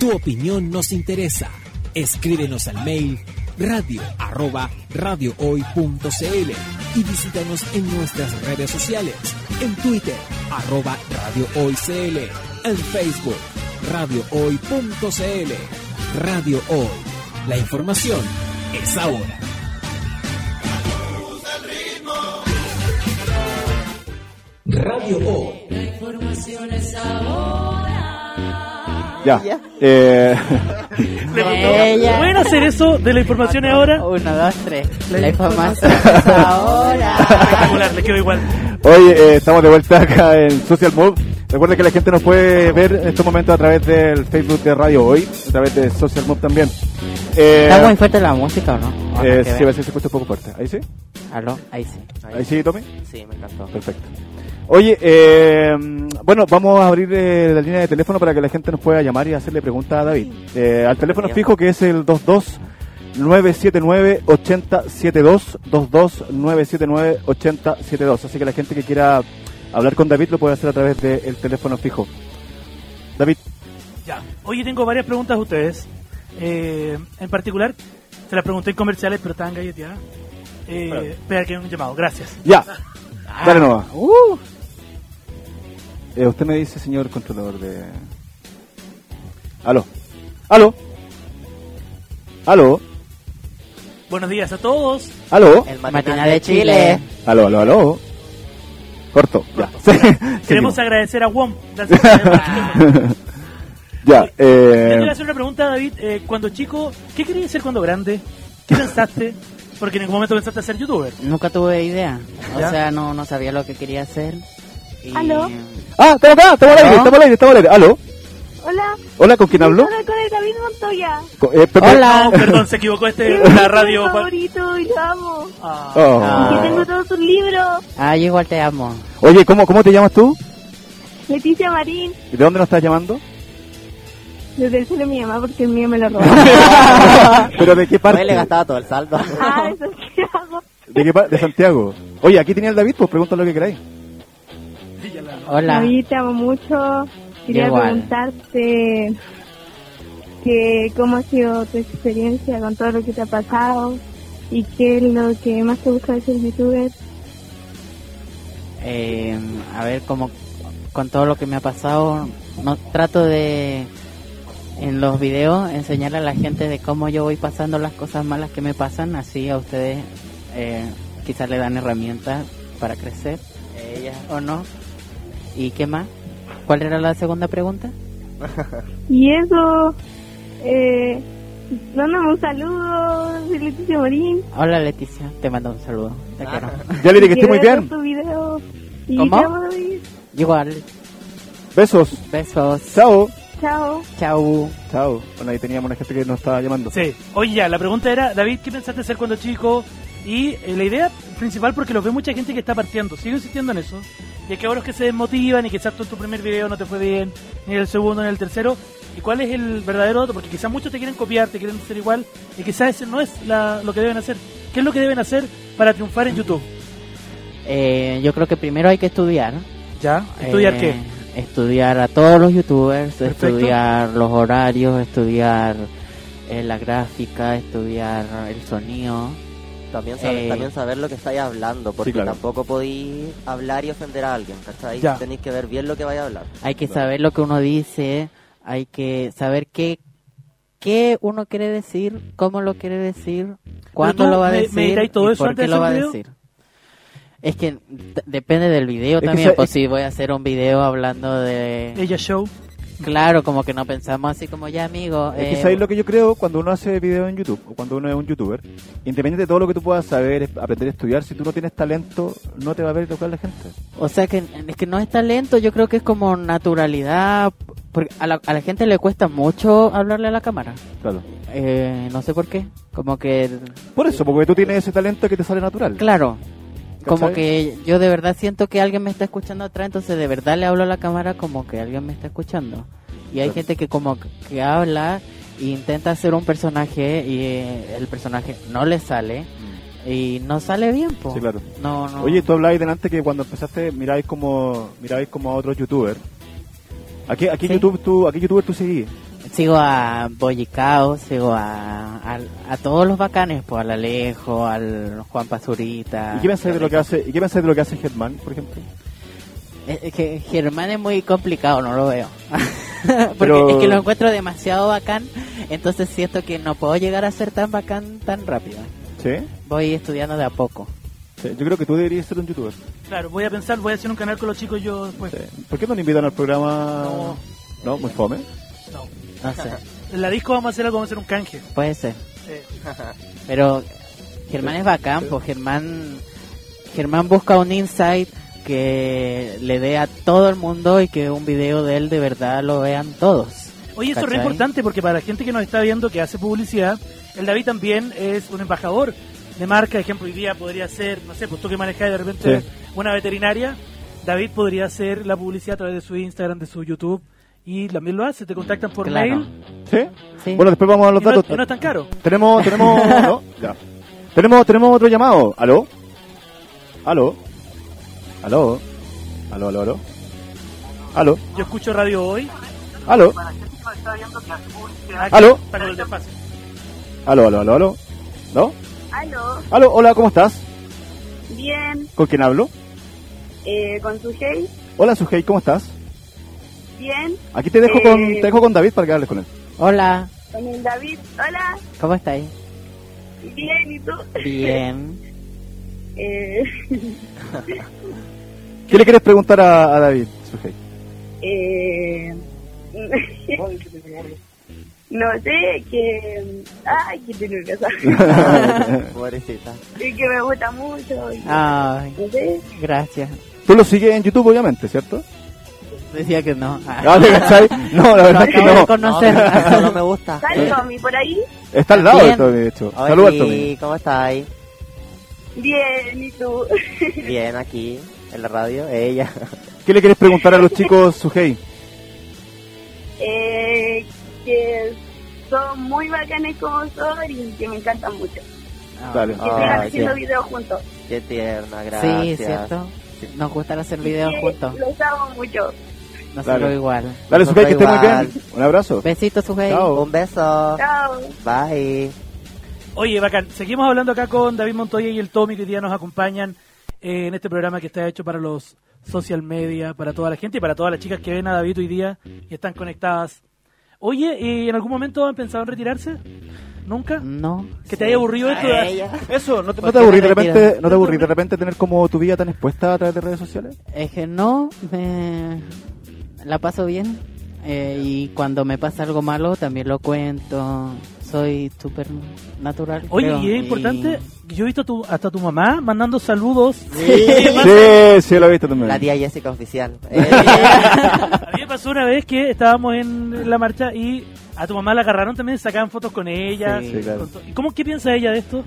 Tu opinión nos interesa. Escríbenos al mail radio arroba radiohoy.cl y visítanos en nuestras redes sociales, en Twitter arroba radiohoycl, en Facebook radiohoy.cl. Radio Hoy. La información es ahora. Radio Hoy.
Ya. Eh,
Ella.
¿Pueden hacer eso de la información ahora?
Eh, Uno, dos, tres. La información es ahora.
Espectacular, les quedó igual.
hoy eh, estamos de vuelta acá en Social Move. Recuerda que la gente nos puede ver en estos momentos a través del Facebook de Radio Hoy, a través de Social Move también. Eh,
¿Está muy fuerte la música o no? Ah,
eh,
que
sí, a
ver.
veces se escucha un poco fuerte. ¿Ahí sí?
Aló, ahí sí.
¿Ahí sí, Tommy?
Sí, me encantó.
Perfecto. Oye, eh, bueno, vamos a abrir eh, la línea de teléfono para que la gente nos pueda llamar y hacerle preguntas a David. Eh, al teléfono fijo que es el 22 979 8072 22 979 8072. Así que la gente que quiera hablar con David lo puede hacer a través del teléfono fijo. David,
Ya. Oye, tengo varias preguntas a ustedes. Eh, en particular, se las pregunté en comerciales, pero estaban galleteadas. Eh, espera que hay un llamado, gracias. Ah.
ya. Dale nomás. Eh, usted me dice, señor controlador de... Aló. Aló. Aló.
Buenos días a todos.
Aló.
El
Matinal de Chile.
Aló, aló, aló. Corto, ya.
Queremos
Seguimos.
agradecer a WOM. Gracias por habernos escuchado.
ya,
Yo
eh,
quiero hacer una pregunta, David. Eh, cuando chico, ¿qué querías ser cuando grande? ¿Qué pensaste? Porque en ningún momento pensaste ser youtuber.
Nunca tuve idea. O
¿Ya?
sea, no, no sabía lo que quería hacer. Y...
¿Aló?
Ah, estamos acá, estamos al aire,
Aló.
estamos al aire, estamos al aire. Aló.
Hola.
Hola, ¿con quién hablo?
Hola, con el David Montoya.
Co- eh, Pepe.
Hola.
No, Oh, perdón, se equivocó este
Es
la
mi
radio.
favorito y lo amo.
Ah,
Oh.
Y
Ah.
tengo todos sus libros.
Ah, yo igual te amo.
Oye, ¿cómo, ¿cómo te llamas tú?
Leticia Marín.
¿De dónde nos estás llamando?
Desde el cielo mi mamá porque el mío me lo robó.
¿Pero de qué parte?
Hoy le gastaba todo el saldo.
ah, eso es que hago.
¿De qué parte? De Santiago. Oye, aquí tenía el David, pues pregunta lo que queráis.
Hola.
David, te amo mucho. Quería
Igual.
preguntarte que cómo ha sido tu experiencia con todo lo que te ha pasado y qué es lo que más te gusta de ser youtuber.
Eh, a ver, como con todo lo que me ha pasado, no trato de en los videos enseñarle a la gente de cómo yo voy pasando las cosas malas que me pasan, así a ustedes eh, quizás le dan herramientas para crecer, ellas o no. ¿Y qué más? ¿Cuál era la segunda pregunta?
Y eso, eh, dándome un saludo, soy Leticia Morín.
Hola Leticia, te mando un saludo, te quiero.
Ah. Ya le dije que esté muy
Quiero ver
bien.
tu video. Y
¿Cómo?
te amo, David.
Igual,
Besos.
besos,
Chao.
Chao.
chau.
Chao. Bueno, ahí teníamos una gente que nos estaba llamando.
sí. Oye, ya, la pregunta era, David, ¿qué pensaste ser cuando chico? Y eh, la idea principal, porque los ve mucha gente que está partiendo, sigo insistiendo en eso, y es que ahora es que se desmotivan y quizás tú en tu primer video no te fue bien, ni en el segundo, ni en el tercero. ¿Y cuál es el verdadero dato? Porque quizás muchos te quieren copiar, te quieren ser igual, y quizás ese no es la- lo que deben hacer. ¿Qué es lo que deben hacer para triunfar en YouTube?
Eh, yo creo que primero hay que estudiar.
¿Ya? ¿Estudiar
Eh,
qué?
Estudiar a todos los youtubers,
Perfecto.
estudiar los horarios, estudiar eh, la gráfica, estudiar el sonido.
También saber,
Eh.
también saber lo que estáis hablando, porque
claro.
tampoco podéis hablar y ofender a alguien, ¿cachai?
Ya.
Tenéis que ver bien lo que vais a hablar.
Hay que saber lo que uno dice, hay que saber qué, qué uno quiere decir, cómo lo quiere decir, cuándo
tú
lo va a
me-
decir
meditáis todo
y
eso
por
antes
qué
de
lo
hacer
va a
el video?
decir. Es que d- depende del video
Es que
también,
sa-
pues
es-
si voy a hacer un video hablando de...
Ella Show.
Claro, como que no pensamos así como ya amigo.
Es que
eh,
sabéis lo que yo creo cuando uno hace video en YouTube o cuando uno es un youtuber, independiente de todo lo que tú puedas saber, es- aprender a estudiar, si tú no tienes talento, no te va a ver tocar la gente.
O sea que es que no es talento, yo creo que es como naturalidad, Porque a la, a la gente le cuesta mucho hablarle a la cámara.
Claro.
Eh, no sé por qué. Como que.
Por eso, porque tú tienes ese talento que te sale natural.
Claro. Como
¿Cachai?
que yo de verdad siento que alguien me está escuchando atrás, entonces de verdad le hablo a la cámara como que alguien me está escuchando. Y hay gente que como que habla e intenta hacer un personaje y eh, el personaje no le sale y no sale bien, po.
Sí, claro.
No, no.
Oye, tú hablabas delante que cuando empezaste miráis como mirabais como a otros youtubers. ¿A qué, a qué
Sí.
YouTube tú, a qué youtuber tú seguís?
Sigo a Boyicao, sigo a, al- a todos los bacanes, pues al Alejo, al Juan Pazurita.
¿Y qué pensáis de lo que hace, y qué pensáis de lo que hace Hetman, por ejemplo?
Eh, eh, que Germán es muy complicado, no lo veo. Porque
Pero-
es que lo encuentro demasiado bacán, entonces siento que no puedo llegar a ser tan bacán tan rápido.
¿Sí?
Voy estudiando de a poco.
Sí, Yo creo que tú deberías ser un youtuber.
Claro, voy a pensar, voy a hacer un canal con los chicos yo después.
Sí. ¿Por qué no nos invitan al programa?
No.
No, muy fome.
No.
No sé,
En la disco vamos a hacer algo, vamos a hacer un canje.
Ah, puede ser.
Sí.
Pero Germán es bacán, pues Germán, Germán busca un insight que le dé a todo el mundo y que un video de él de verdad lo vean todos.
Oye, eso es re
¿Cachai?
importante porque para la gente que nos está viendo que hace publicidad, el David también es un embajador de marca. Ejemplo, hoy día podría ser, no sé, pues tú que manejas de repente
Sí.
una veterinaria, David podría hacer la publicidad a través de su Instagram, de su YouTube y también lo hace. Te contactan por
Claro.
mail.
¿Sí?
Sí.
Bueno, después vamos a dar los
y no,
datos.
y no es tan caro.
Tenemos, tenemos, no, ya. Tenemos, tenemos otro llamado. ¿Aló? ¿Aló? ¿Aló? ¿Aló, aló, aló? ¿Aló?
Yo escucho radio hoy.
¿Aló? ¿Aló?
Está con el despacio.
¿Aló, aló, aló, aló? ¿No?
Aló,
¿Aló? Hola, ¿cómo estás?
bien,
¿Con quién hablo?
eh, con su gay,
Hola, Sujei, ¿cómo estás?
bien,
Aquí te dejo, con,
Eh.
te dejo con David para que hables con él.
Hola,
con el David, hola,
¿cómo estáis?
bien, ¿y tú?
Bien.
Eh,
¿Qué le quieres preguntar a, a David, Sujei?
eh, no sé, que... Ay, que te nerviosa.
Pobrecita.
Y que me gusta mucho. y-
Ay,
No sé,
gracias.
Tú lo sigues en YouTube, obviamente, ¿cierto?
Decía que no. Ah.
Ah, ¿te cachai? No, la
Lo
verdad es que
acabo de
no.
conocer.
No, no me gusta.
¿sale Tommy por ahí?
Está al lado de
Bien.
Tommy, de hecho.
Oli,
Saludos a Tommy.
¿Cómo estáis?
Bien, ¿y tú?
Bien, aquí, en la radio, ella.
¿Qué le quieres preguntar a los chicos, Sujei?
Eh, que son muy bacanes como son y que me encantan mucho.
Ah.
Dale. Ah,
Que sigan
Ay,
haciendo
Ah, qué,
videos juntos.
qué tierna, gracias.
Sí, ¿cierto? Nos gustan hacer
Y
videos
que
juntos.
Los amo mucho.
Nosotros
Dale.
igual.
Dale,
Nos
Sujei,
da
que estés muy
igual.
bien. Un abrazo.
Besitos, Sujei.
Chao.
Un beso.
Chao.
Bye.
Oye, bacán. Seguimos hablando acá con David Montoya y el Tommy que hoy día nos acompañan eh, en este programa que está hecho para los social media, para toda la gente y para todas las chicas que ven a David hoy día y están conectadas. Oye, ¿y ¿en algún momento han pensado en retirarse? ¿Nunca?
No.
¿Que te haya aburrido esto? de-
Eso, ¿no te, no
¿Por
te
qué
aburrís de
te
repente,
retiras?
¿no te aburrís de repente tener como tu vida tan expuesta a través de redes sociales?
Es que no, me... la paso bien. eh, y cuando me pasa algo malo, también lo cuento. Soy súper natural.
Oye,
creo,
y es importante, que yo he visto a tu- hasta tu mamá mandando saludos.
Sí, sí, lo he visto también.
La tía Jessica oficial. Eh,
A mí me pasó una vez que estábamos en la marcha y a tu mamá la agarraron también, sacaban fotos con ella.
Sí,
Sí, claro.
con to- ¿Y ¿Cómo, ¿Qué piensa ella de esto?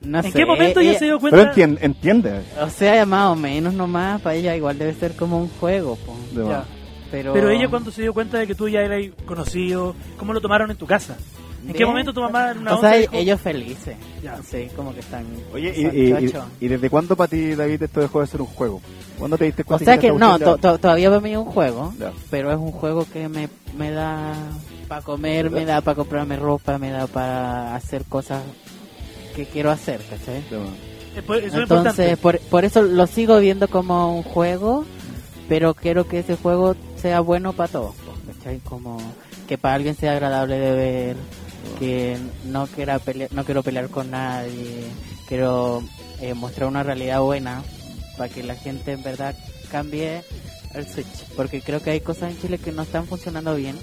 No
¿En
sé,
qué momento ella, se dio cuenta?
Pero entien- entiende.
O sea, más o menos nomás, para ella igual debe ser como un juego. po.
de
Ya.
más.
Pero...
Pero ella cuando se dio cuenta de que tú ya eras conocido, ¿cómo lo tomaron en tu casa? ¿En qué
Bien.
momento tu mamá en una
O sea,
onda dijo,
ellos felices.
Ya.
Sí, como que están...
Oye,
son
y, y-
chochos.
y- y desde cuándo para ti, David, esto dejó de ser un juego? ¿Cuándo te diste
O
cuenta
sea que
esta
no,
cuestión
to- to- todavía para mí es un juego,
Ya.
pero es un juego que me, me da para comer, me da para comprarme ropa, me da para hacer cosas que quiero hacer, ¿cachai?
ya- de más?
"Eh, pues, eso es
Entonces,
importante?
por, por eso lo sigo viendo como un juego, pero quiero que ese juego sea bueno para todos, po, ¿cachai? Como que para alguien sea agradable de ver, que no quiera pelear, no quiero pelear con nadie, quiero eh, mostrar una realidad buena para que la gente en verdad cambie el switch, porque creo que hay cosas en Chile que no están funcionando bien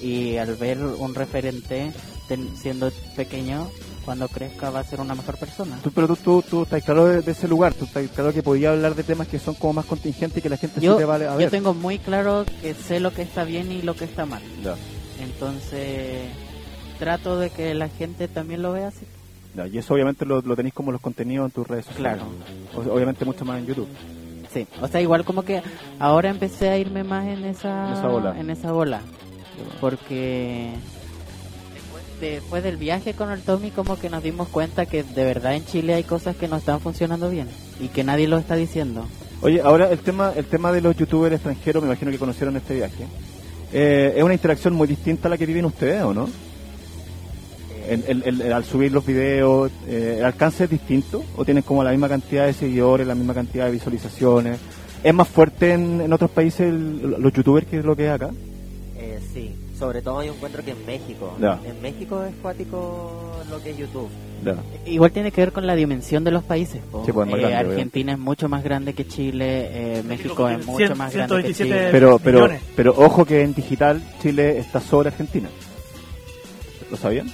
y al ver un referente ten- siendo pequeño cuando crezca va a ser una mejor persona.
Tú, pero tú, tú, tú estás claro de, de ese lugar, tú estás claro que podías hablar de temas que son como más contingentes y que la gente
Yo,
sí te vale a
yo
ver.
tengo muy claro que sé lo que está bien y lo que está mal.
Ya,
Entonces, trato de que la gente también lo vea así.
ya, Y eso obviamente lo, lo tenéis como los contenidos en tus redes sociales.
Claro.
O- obviamente mucho más en YouTube.
Sí, o sea, igual como que ahora empecé a irme más en esa,
En esa bola.
en esa bola. Porque después, después del viaje con el Tommy como que nos dimos cuenta que de verdad en Chile hay cosas que no están funcionando bien y que nadie lo está diciendo.
Oye, ahora el tema, el tema de los youtubers extranjeros, me imagino que conocieron este viaje. Eh, es una interacción muy distinta a la que viven ustedes, ¿o no? El- el- el- el- al subir los videos, eh, ¿el alcance es distinto? ¿O tienen como la misma cantidad de seguidores, la misma cantidad de visualizaciones? ¿Es más fuerte en, en otros países el- los youtubers que lo que es acá?
Eh, sí, sobre todo yo encuentro que en México.
Ya.
En México es cuático lo que es YouTube.
Igual tiene que ver con la dimensión de los países. po.
Sí, pues, más
Eh,
grande,
Argentina es mucho más grande que Chile, eh, México
tiene
es mucho
100,
más grande que
127
Chile.
Pero, pero,
millones.
pero ojo que en digital Chile está sobre Argentina. ¿Lo sabían?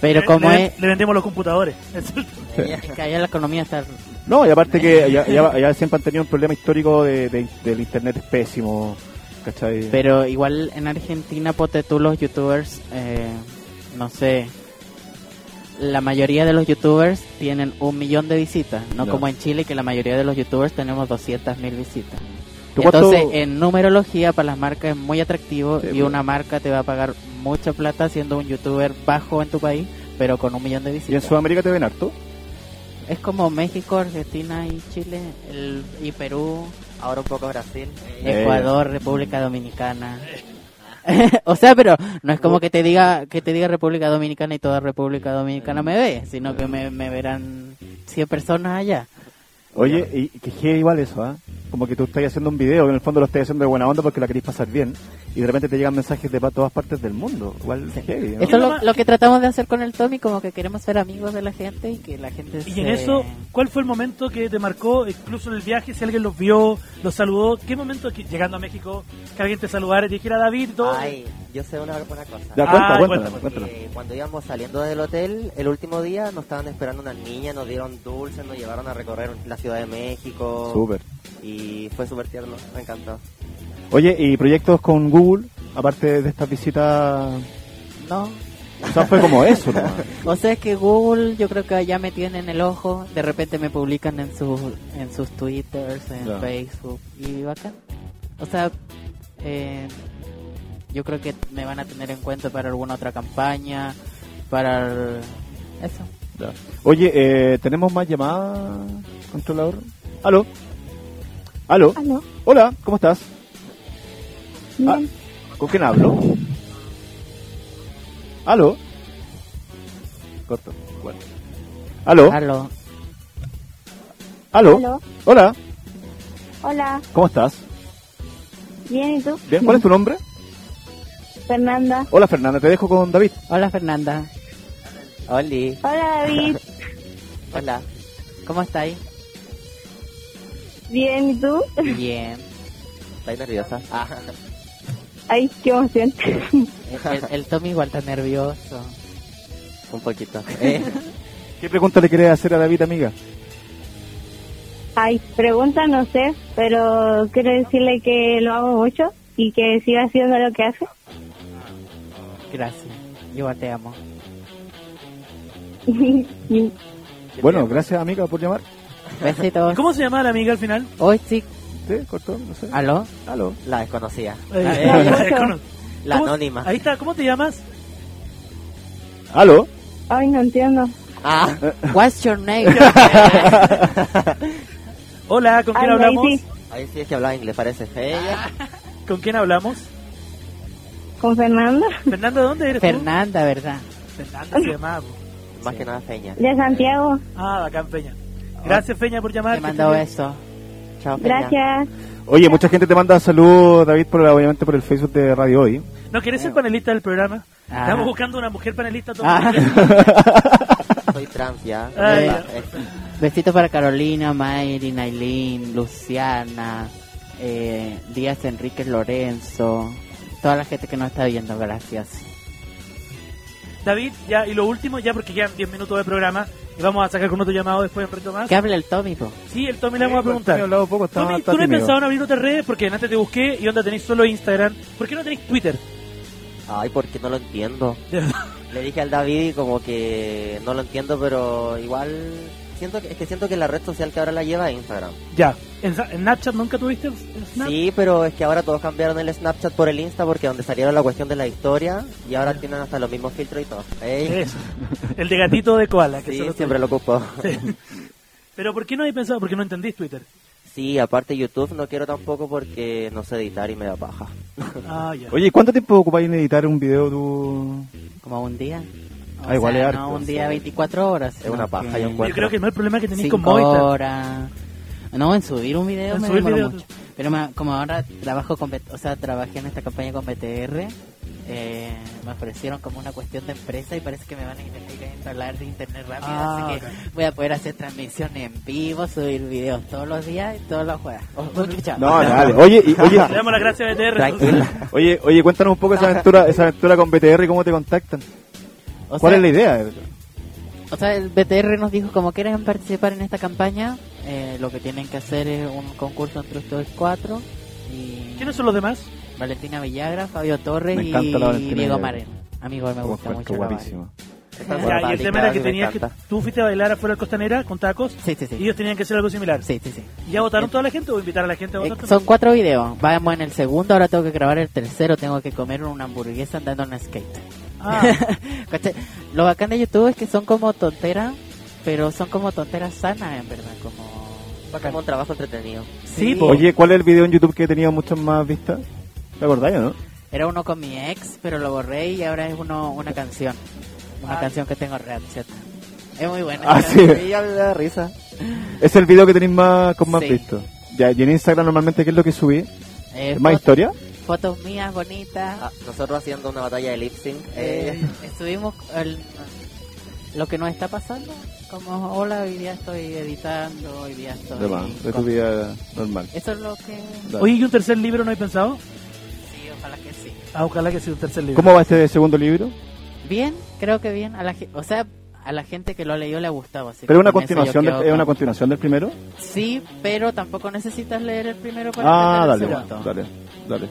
Pero
Le-
como
le,
es,
le vendemos los computadores. Es el-
es que allá la economía está...
No, y aparte que ya, ya- ya siempre han tenido un problema histórico de, de- del internet es pésimo, ¿cachai?
Pero igual en Argentina, pote tú los youtubers, eh, no sé, la mayoría de los youtubers tienen un millón de visitas, no
Ya.
como en Chile que la mayoría de los youtubers tenemos 200 mil visitas.
¿Tú cuánto-
Entonces, en numerología para las marcas es muy
Sí,
atractivo
pues.
y
bueno.
una marca te va a pagar mucha plata siendo un youtuber bajo en tu país, pero con un millón de
¿Y en
visitas.
Sudamérica te ven harto?
Es como México, Argentina y Chile, el- y Perú,
Ahora un poco Brasil.
Eh.
Ecuador, República Dominicana. o sea, pero no es como que te diga que te diga República Dominicana y toda República Dominicana me ve, sino que me, me verán 100 personas allá.
Oye, y que es igual eso, ¿ah? Como que tú estás haciendo un video, que en el fondo lo estás haciendo de buena onda porque la querés pasar bien, y de repente te llegan mensajes de pa- todas partes del mundo. Igual heavy, ¿no?
Eso es lo, lo que tratamos de hacer con el Tommy, como que queremos ser amigos de la gente y que la gente
Y en
se-
eso, ¿cuál fue el momento que te marcó, incluso en el viaje, si alguien los vio, los saludó? ¿Qué momento, que- llegando a México, que alguien te saludara y te dijera David, todo?
Ay, yo sé una, una cosa.
Ya, cuéntalo,
Ah, cuéntalo,
cuéntalo,
Porque
cuéntalo.
Eh, cuando íbamos saliendo del hotel, el último día nos estaban esperando unas niñas, nos dieron dulces, nos llevaron a recorrer la Ciudad de México.
Súper.
Y fue súper tierno, me encantó.
Oye, ¿y proyectos con Google? Aparte de estas visitas...
No.
O sea, fue como eso, ¿no?
O sea, es que Google yo creo que ya me tienen el ojo, de repente me publican en sus en sus twitters, en
Claro.
Facebook y bacán. O sea, eh, yo creo que me van a tener en cuenta para alguna otra campaña, para el- eso.
Oye, eh, ¿tenemos más llamadas, controlador? ¿Aló? ¿Aló?
Aló,
Hola, ¿cómo estás? Ah,
bien,
¿Con quién hablo? ¿Aló? Corto. Bueno. ¿Aló?
Aló.
¿Aló?
aló,
Hola,
hola,
¿cómo estás?
bien, ¿y tú?
Bien, ¿cuál es tu nombre?
Fernanda.
Hola Fernanda, te dejo con David.
Hola Fernanda,
Oli,
Hola, David,
hola.
¿cómo estáis?
bien, ¿y tú?
Bien.
¿Estás nerviosa? Ah,
Ay, qué emoción.
El, el Tommy igual está nervioso.
un poquito. Eh,
¿Qué pregunta le querés hacer a David, amiga?
Ay, pregunta no sé, pero quiero decirle que lo amo mucho y que siga haciendo lo que hace.
Gracias. Yo te amo.
Y
Bueno, gracias amiga por llamar.
Besitos.
¿Cómo se llamaba la amiga al final?
Hoy sí.
¿Te cortó? No sé.
¿Aló?
¿Aló?
la desconocía.
Eh, ¿cómo-
La
cómo-
anónima.
Ahí está, ¿cómo te llamas?
¿Aló? Eh.
Ay, no entiendo.
Ah,
What's your name?
Hola, ¿con quién
Ay,
hablamos? Ah.
Daisy,
ahí sí es que hablaba inglés, parece. Ella.
¿Con quién hablamos?
¿Con Fernanda?
Fernanda, ¿dónde eres
Fernanda, ¿verdad?
tú? Fernanda se llamaba. po.
Más que nada feña.
De Santiago.
Ah, bacán, Peña. Gracias, Peña, por llamar.
Te mando besos.
Chao, feña.
Gracias.
Oye, mucha gente te manda saludos, David, por, obviamente por el Facebook de Radio Hoy.
¿No querés ser panelista del programa?
Ah.
Estamos buscando una mujer panelista. todo
Ah.
el día.
Soy trans ya.
Ay,
Ah,
ya.
eh,
Besitos para Carolina, Mayri, Nailin, Luciana, eh, Díaz Enrique Lorenzo, toda la gente que nos está viendo, gracias.
David, ya, y lo último, ya porque quedan 10 minutos de programa y vamos a sacar con otro llamado después un rato más.
Que hable el tómico.
Sí, el Tommy le vamos Ah. a preguntar.
He hablado poco, estaba-
Tommy,
está
¿tú no has
tímido.
pensado en abrir otras redes? Porque antes te busqué y onda tenéis solo Instagram. ¿Por qué no tenéis Twitter?
Ay, porque no lo entiendo. Le dije al David y como que no lo entiendo, pero igual siento que, es que siento que la red social que ahora la lleva es Instagram.
ya. ¿En, Sa- en Snapchat nunca tuviste el Snap?
Sí, pero es que ahora todos cambiaron el Snapchat por el Insta porque donde salieron la cuestión de la historia y ahora tienen hasta los mismos filtros y todo. Ey.
Eso. El de gatito de koala. Que
Sí,
solo-
siempre lo ocupo.
Pero ¿por qué no habéis pensado? Porque no entendís Twitter.
Sí, aparte YouTube no quiero tampoco porque no sé editar y me da paja.
Ah, ya.
Oye, ¿cuánto tiempo ocupáis en editar un video tú?
Como un día.
Ah, igual es harto,
No, un
sí.
día 24 horas.
Es una paja, yo
Yo creo que no es el problema que tenéis con
5
Movistar.
horas. No, en subir un video
En
me
subir
demoro
video.
mucho. Pero me- como ahora trabajo con, BT o sea, trabajé en esta campaña con BTR, eh, me ofrecieron como una cuestión de empresa y parece que me van a intentar instalar de internet rápido,
Ah,
así que voy a poder hacer transmisiones en vivo, subir videos todos los días y todos los jueves.
Oh,
Mucho
No, dale. Oye, y- oye, eh,
Le damos las gracias a E BTR. entonces.
oye, oye, cuéntanos un poco esa aventura, esa aventura con BTR, cómo te contactan.
O
¿Cuál
sea,
es la idea?
O sea, el BTR nos dijo, como quieren participar en esta campaña, eh, lo que tienen que hacer es un concurso entre ustedes cuatro. Y
¿Quiénes son los demás?
Valentina Villagra, Fabio Torres
Me
y
encanta la Valentina
Diego
Villagra.
Maren. Amigo, me gusta mucho.
Encuentro
la
guapísimo.
Bueno,
Ya, y el
vale,
tema era
claro,
que
me
tenías que...
encanta.
Tú fuiste a bailar afuera de la costanera con tacos
Valentina. Sí, sí,
y
sí.
ellos tenían que hacer algo similar.
Sí, sí, sí.
¿Ya votaron toda la gente o invitar a la gente a
Eh,
votar?
son cuatro videos. Vamos en el segundo, ahora tengo que grabar el tercero. Tengo que comer una hamburguesa andando en skate.
Ah,
¿Cachai? lo bacán de YouTube es que son como tonteras, pero son como tonteras sanas, en verdad. Como...
Como un trabajo entretenido.
Sí,
Oye, ¿cuál es el video en YouTube que ha tenido muchas más vistas? ¿Te acordáis, no?
Era uno con mi ex, pero lo borré y ahora es uno una canción. Una
Ah.
canción que tengo reacción. Es muy buena.
Ah, sí.
Sí, a mí me da risa.
Es el video que tenéis más, con más
Sí.
vistas. Ya, y en Instagram normalmente, ¿qué es lo que subí?
Eh,
¿Es más
fo-
historia?
fotos mías bonitas.
Ah, nosotros haciendo una batalla de lip sync.
Eh,
eh,
estuvimos el- lo que nos está pasando. Como, hola, hoy día estoy editando, hoy día estoy...
De más, de tu
con-
vida normal.
Eso es lo que...
Dale.
Oye, ¿y un tercer libro no hay pensado?
Sí, ojalá que sí.
Ah, ojalá que sea un tercer libro.
¿Cómo va este segundo libro?
Bien, creo que bien. A la, ge- o sea, a la gente que lo leyó le ha gustado. así
¿Pero es
que
una
con eso yo
continuación, del-
quedo
es una
con-
continuación del primero?
Sí, pero tampoco necesitas leer el primero para
Ah, dale,
entender el segundo.
dale, dale.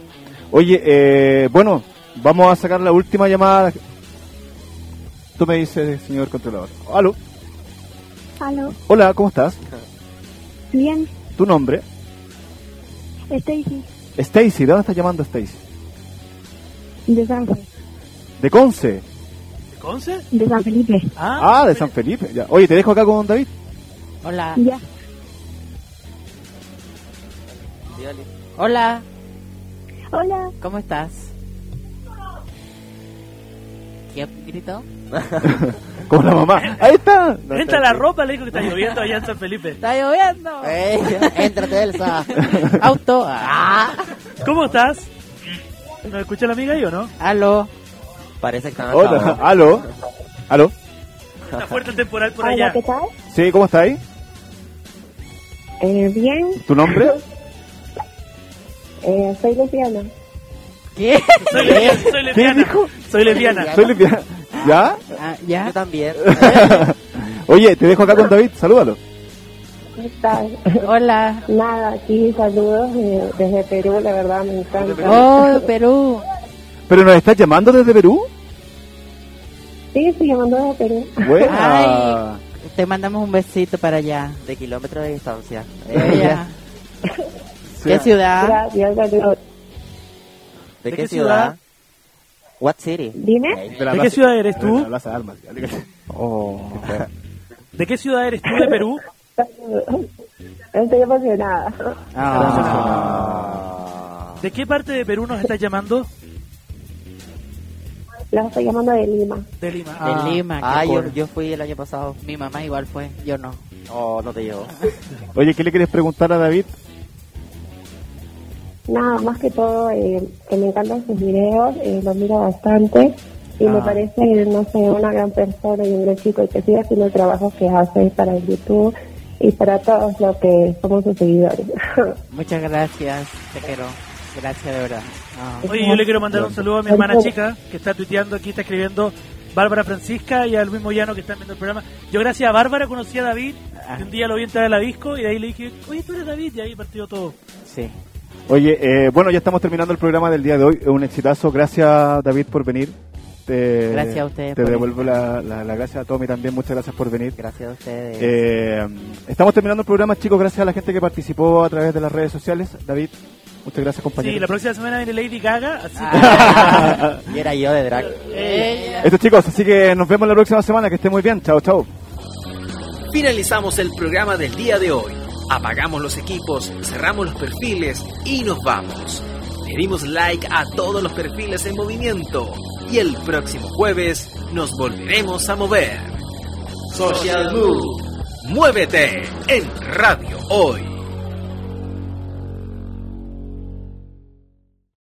Oye, eh, bueno, vamos a sacar la última llamada. Tú me dices, señor controlador. Aló.
Aló,
Hola, ¿cómo estás?
bien,
¿Tu nombre?
Stacy,
Stacy, ¿de dónde estás llamando Stacy?
de San, Fe-
De Conce.
¿De Conce?
de San Felipe.
Ah, de San Felipe. Ya. Oye, te dejo acá con David.
Hola,
Ya,
hola,
hola,
¿cómo estás? ¿Quién gritó?
Con la mamá. Ahí está.
Entra la ropa, le digo que está lloviendo allá en San Felipe.
¡Está lloviendo!
¡Ey! ¡Éntrate, Elsa!
¡Auto! ¡Ah!
¿Cómo estás? ¿Nos escucha la amiga ahí o no?
¡Aló!
Parece que están
Hola,
atados.
aló. Aló.
Está fuerte el temporal por
hola,
allá.
¿qué tal?
Sí, ¿cómo estás ahí?
Eh, bien,
¿Tu nombre?
eh, soy lesbiana.
¿Qué?
Soy lesbiana. Soy lesbiana.
dijo?
Soy lesbiana.
Soy lesbiana. ¿Ya?
Ah,
Yo
¿Ya?
también.
Oye, te dejo acá con David. Salúdalo.
¿Cómo estás?
¡Hola!
Nada, aquí saludos eh, desde Perú, la verdad me encanta.
¡Oh, Perú!
¿Pero nos estás llamando desde Perú?
Sí, estoy llamando desde Perú.
Buena.
Te mandamos un besito para allá.
De kilómetros de distancia.
Eh,
Eh,
ya.
Sí.
¿Qué ciudad?
Gracias, saludos.
¿De,
¿De
qué
qué
ciudad? What city?
Dime,
¿De qué ciudad eres tú?
Oh.
¿De qué ciudad eres tú de Perú?
saludos. Estoy apasionada.
Ah.
¿De qué parte de Perú nos estás llamando?
Los estoy llamando de Lima.
De Lima.
De Lima. qué
Ah, yo,
cool.
yo fui el año pasado.
Mi mamá igual fue, yo no.
Oh, no te llevo.
Oye, ¿qué le quieres preguntar a David?
Nada, más que todo, eh, que me encantan sus videos, eh, los miro bastante y me
Ah.
parece, no sé, una gran persona y un gran chico y que siga haciendo el trabajo que hace para el YouTube y para todos los que somos sus seguidores.
Muchas gracias, te quiero. Gracias de verdad. Ah.
Oye, yo le quiero mandar un saludo a mi hermana chica que está tuiteando aquí, está escribiendo Bárbara Francisca y al mismo Llano que están viendo el programa. Yo gracias a Bárbara conocí a David,
Ah.
y un día lo vi entrar a la disco y de ahí le dije, oye, tú eres David, y ahí partió todo.
Sí.
Oye, eh, bueno, ya estamos terminando el programa del día de hoy. Un exitazo. Gracias, David, por venir. Te-
Gracias a ustedes
Te
por
devuelvo la, la- la gracia a Tommy también. Muchas gracias por venir.
Gracias a ustedes.
Eh, estamos terminando el programa, chicos. Gracias a la gente que participó a través de las redes sociales. David, muchas gracias, compañero.
Sí, la próxima semana viene Lady Gaga, así que...
Ah. y era yo de drag.
Eh,
Esto, chicos. Así que nos vemos la próxima semana. Que esté muy bien. Chao, chao.
Finalizamos el programa del día de hoy. Apagamos los equipos, cerramos los perfiles y nos vamos. Le dimos like a todos los perfiles en movimiento y el próximo jueves nos volveremos a mover. Social Move. Muévete en Radio Hoy.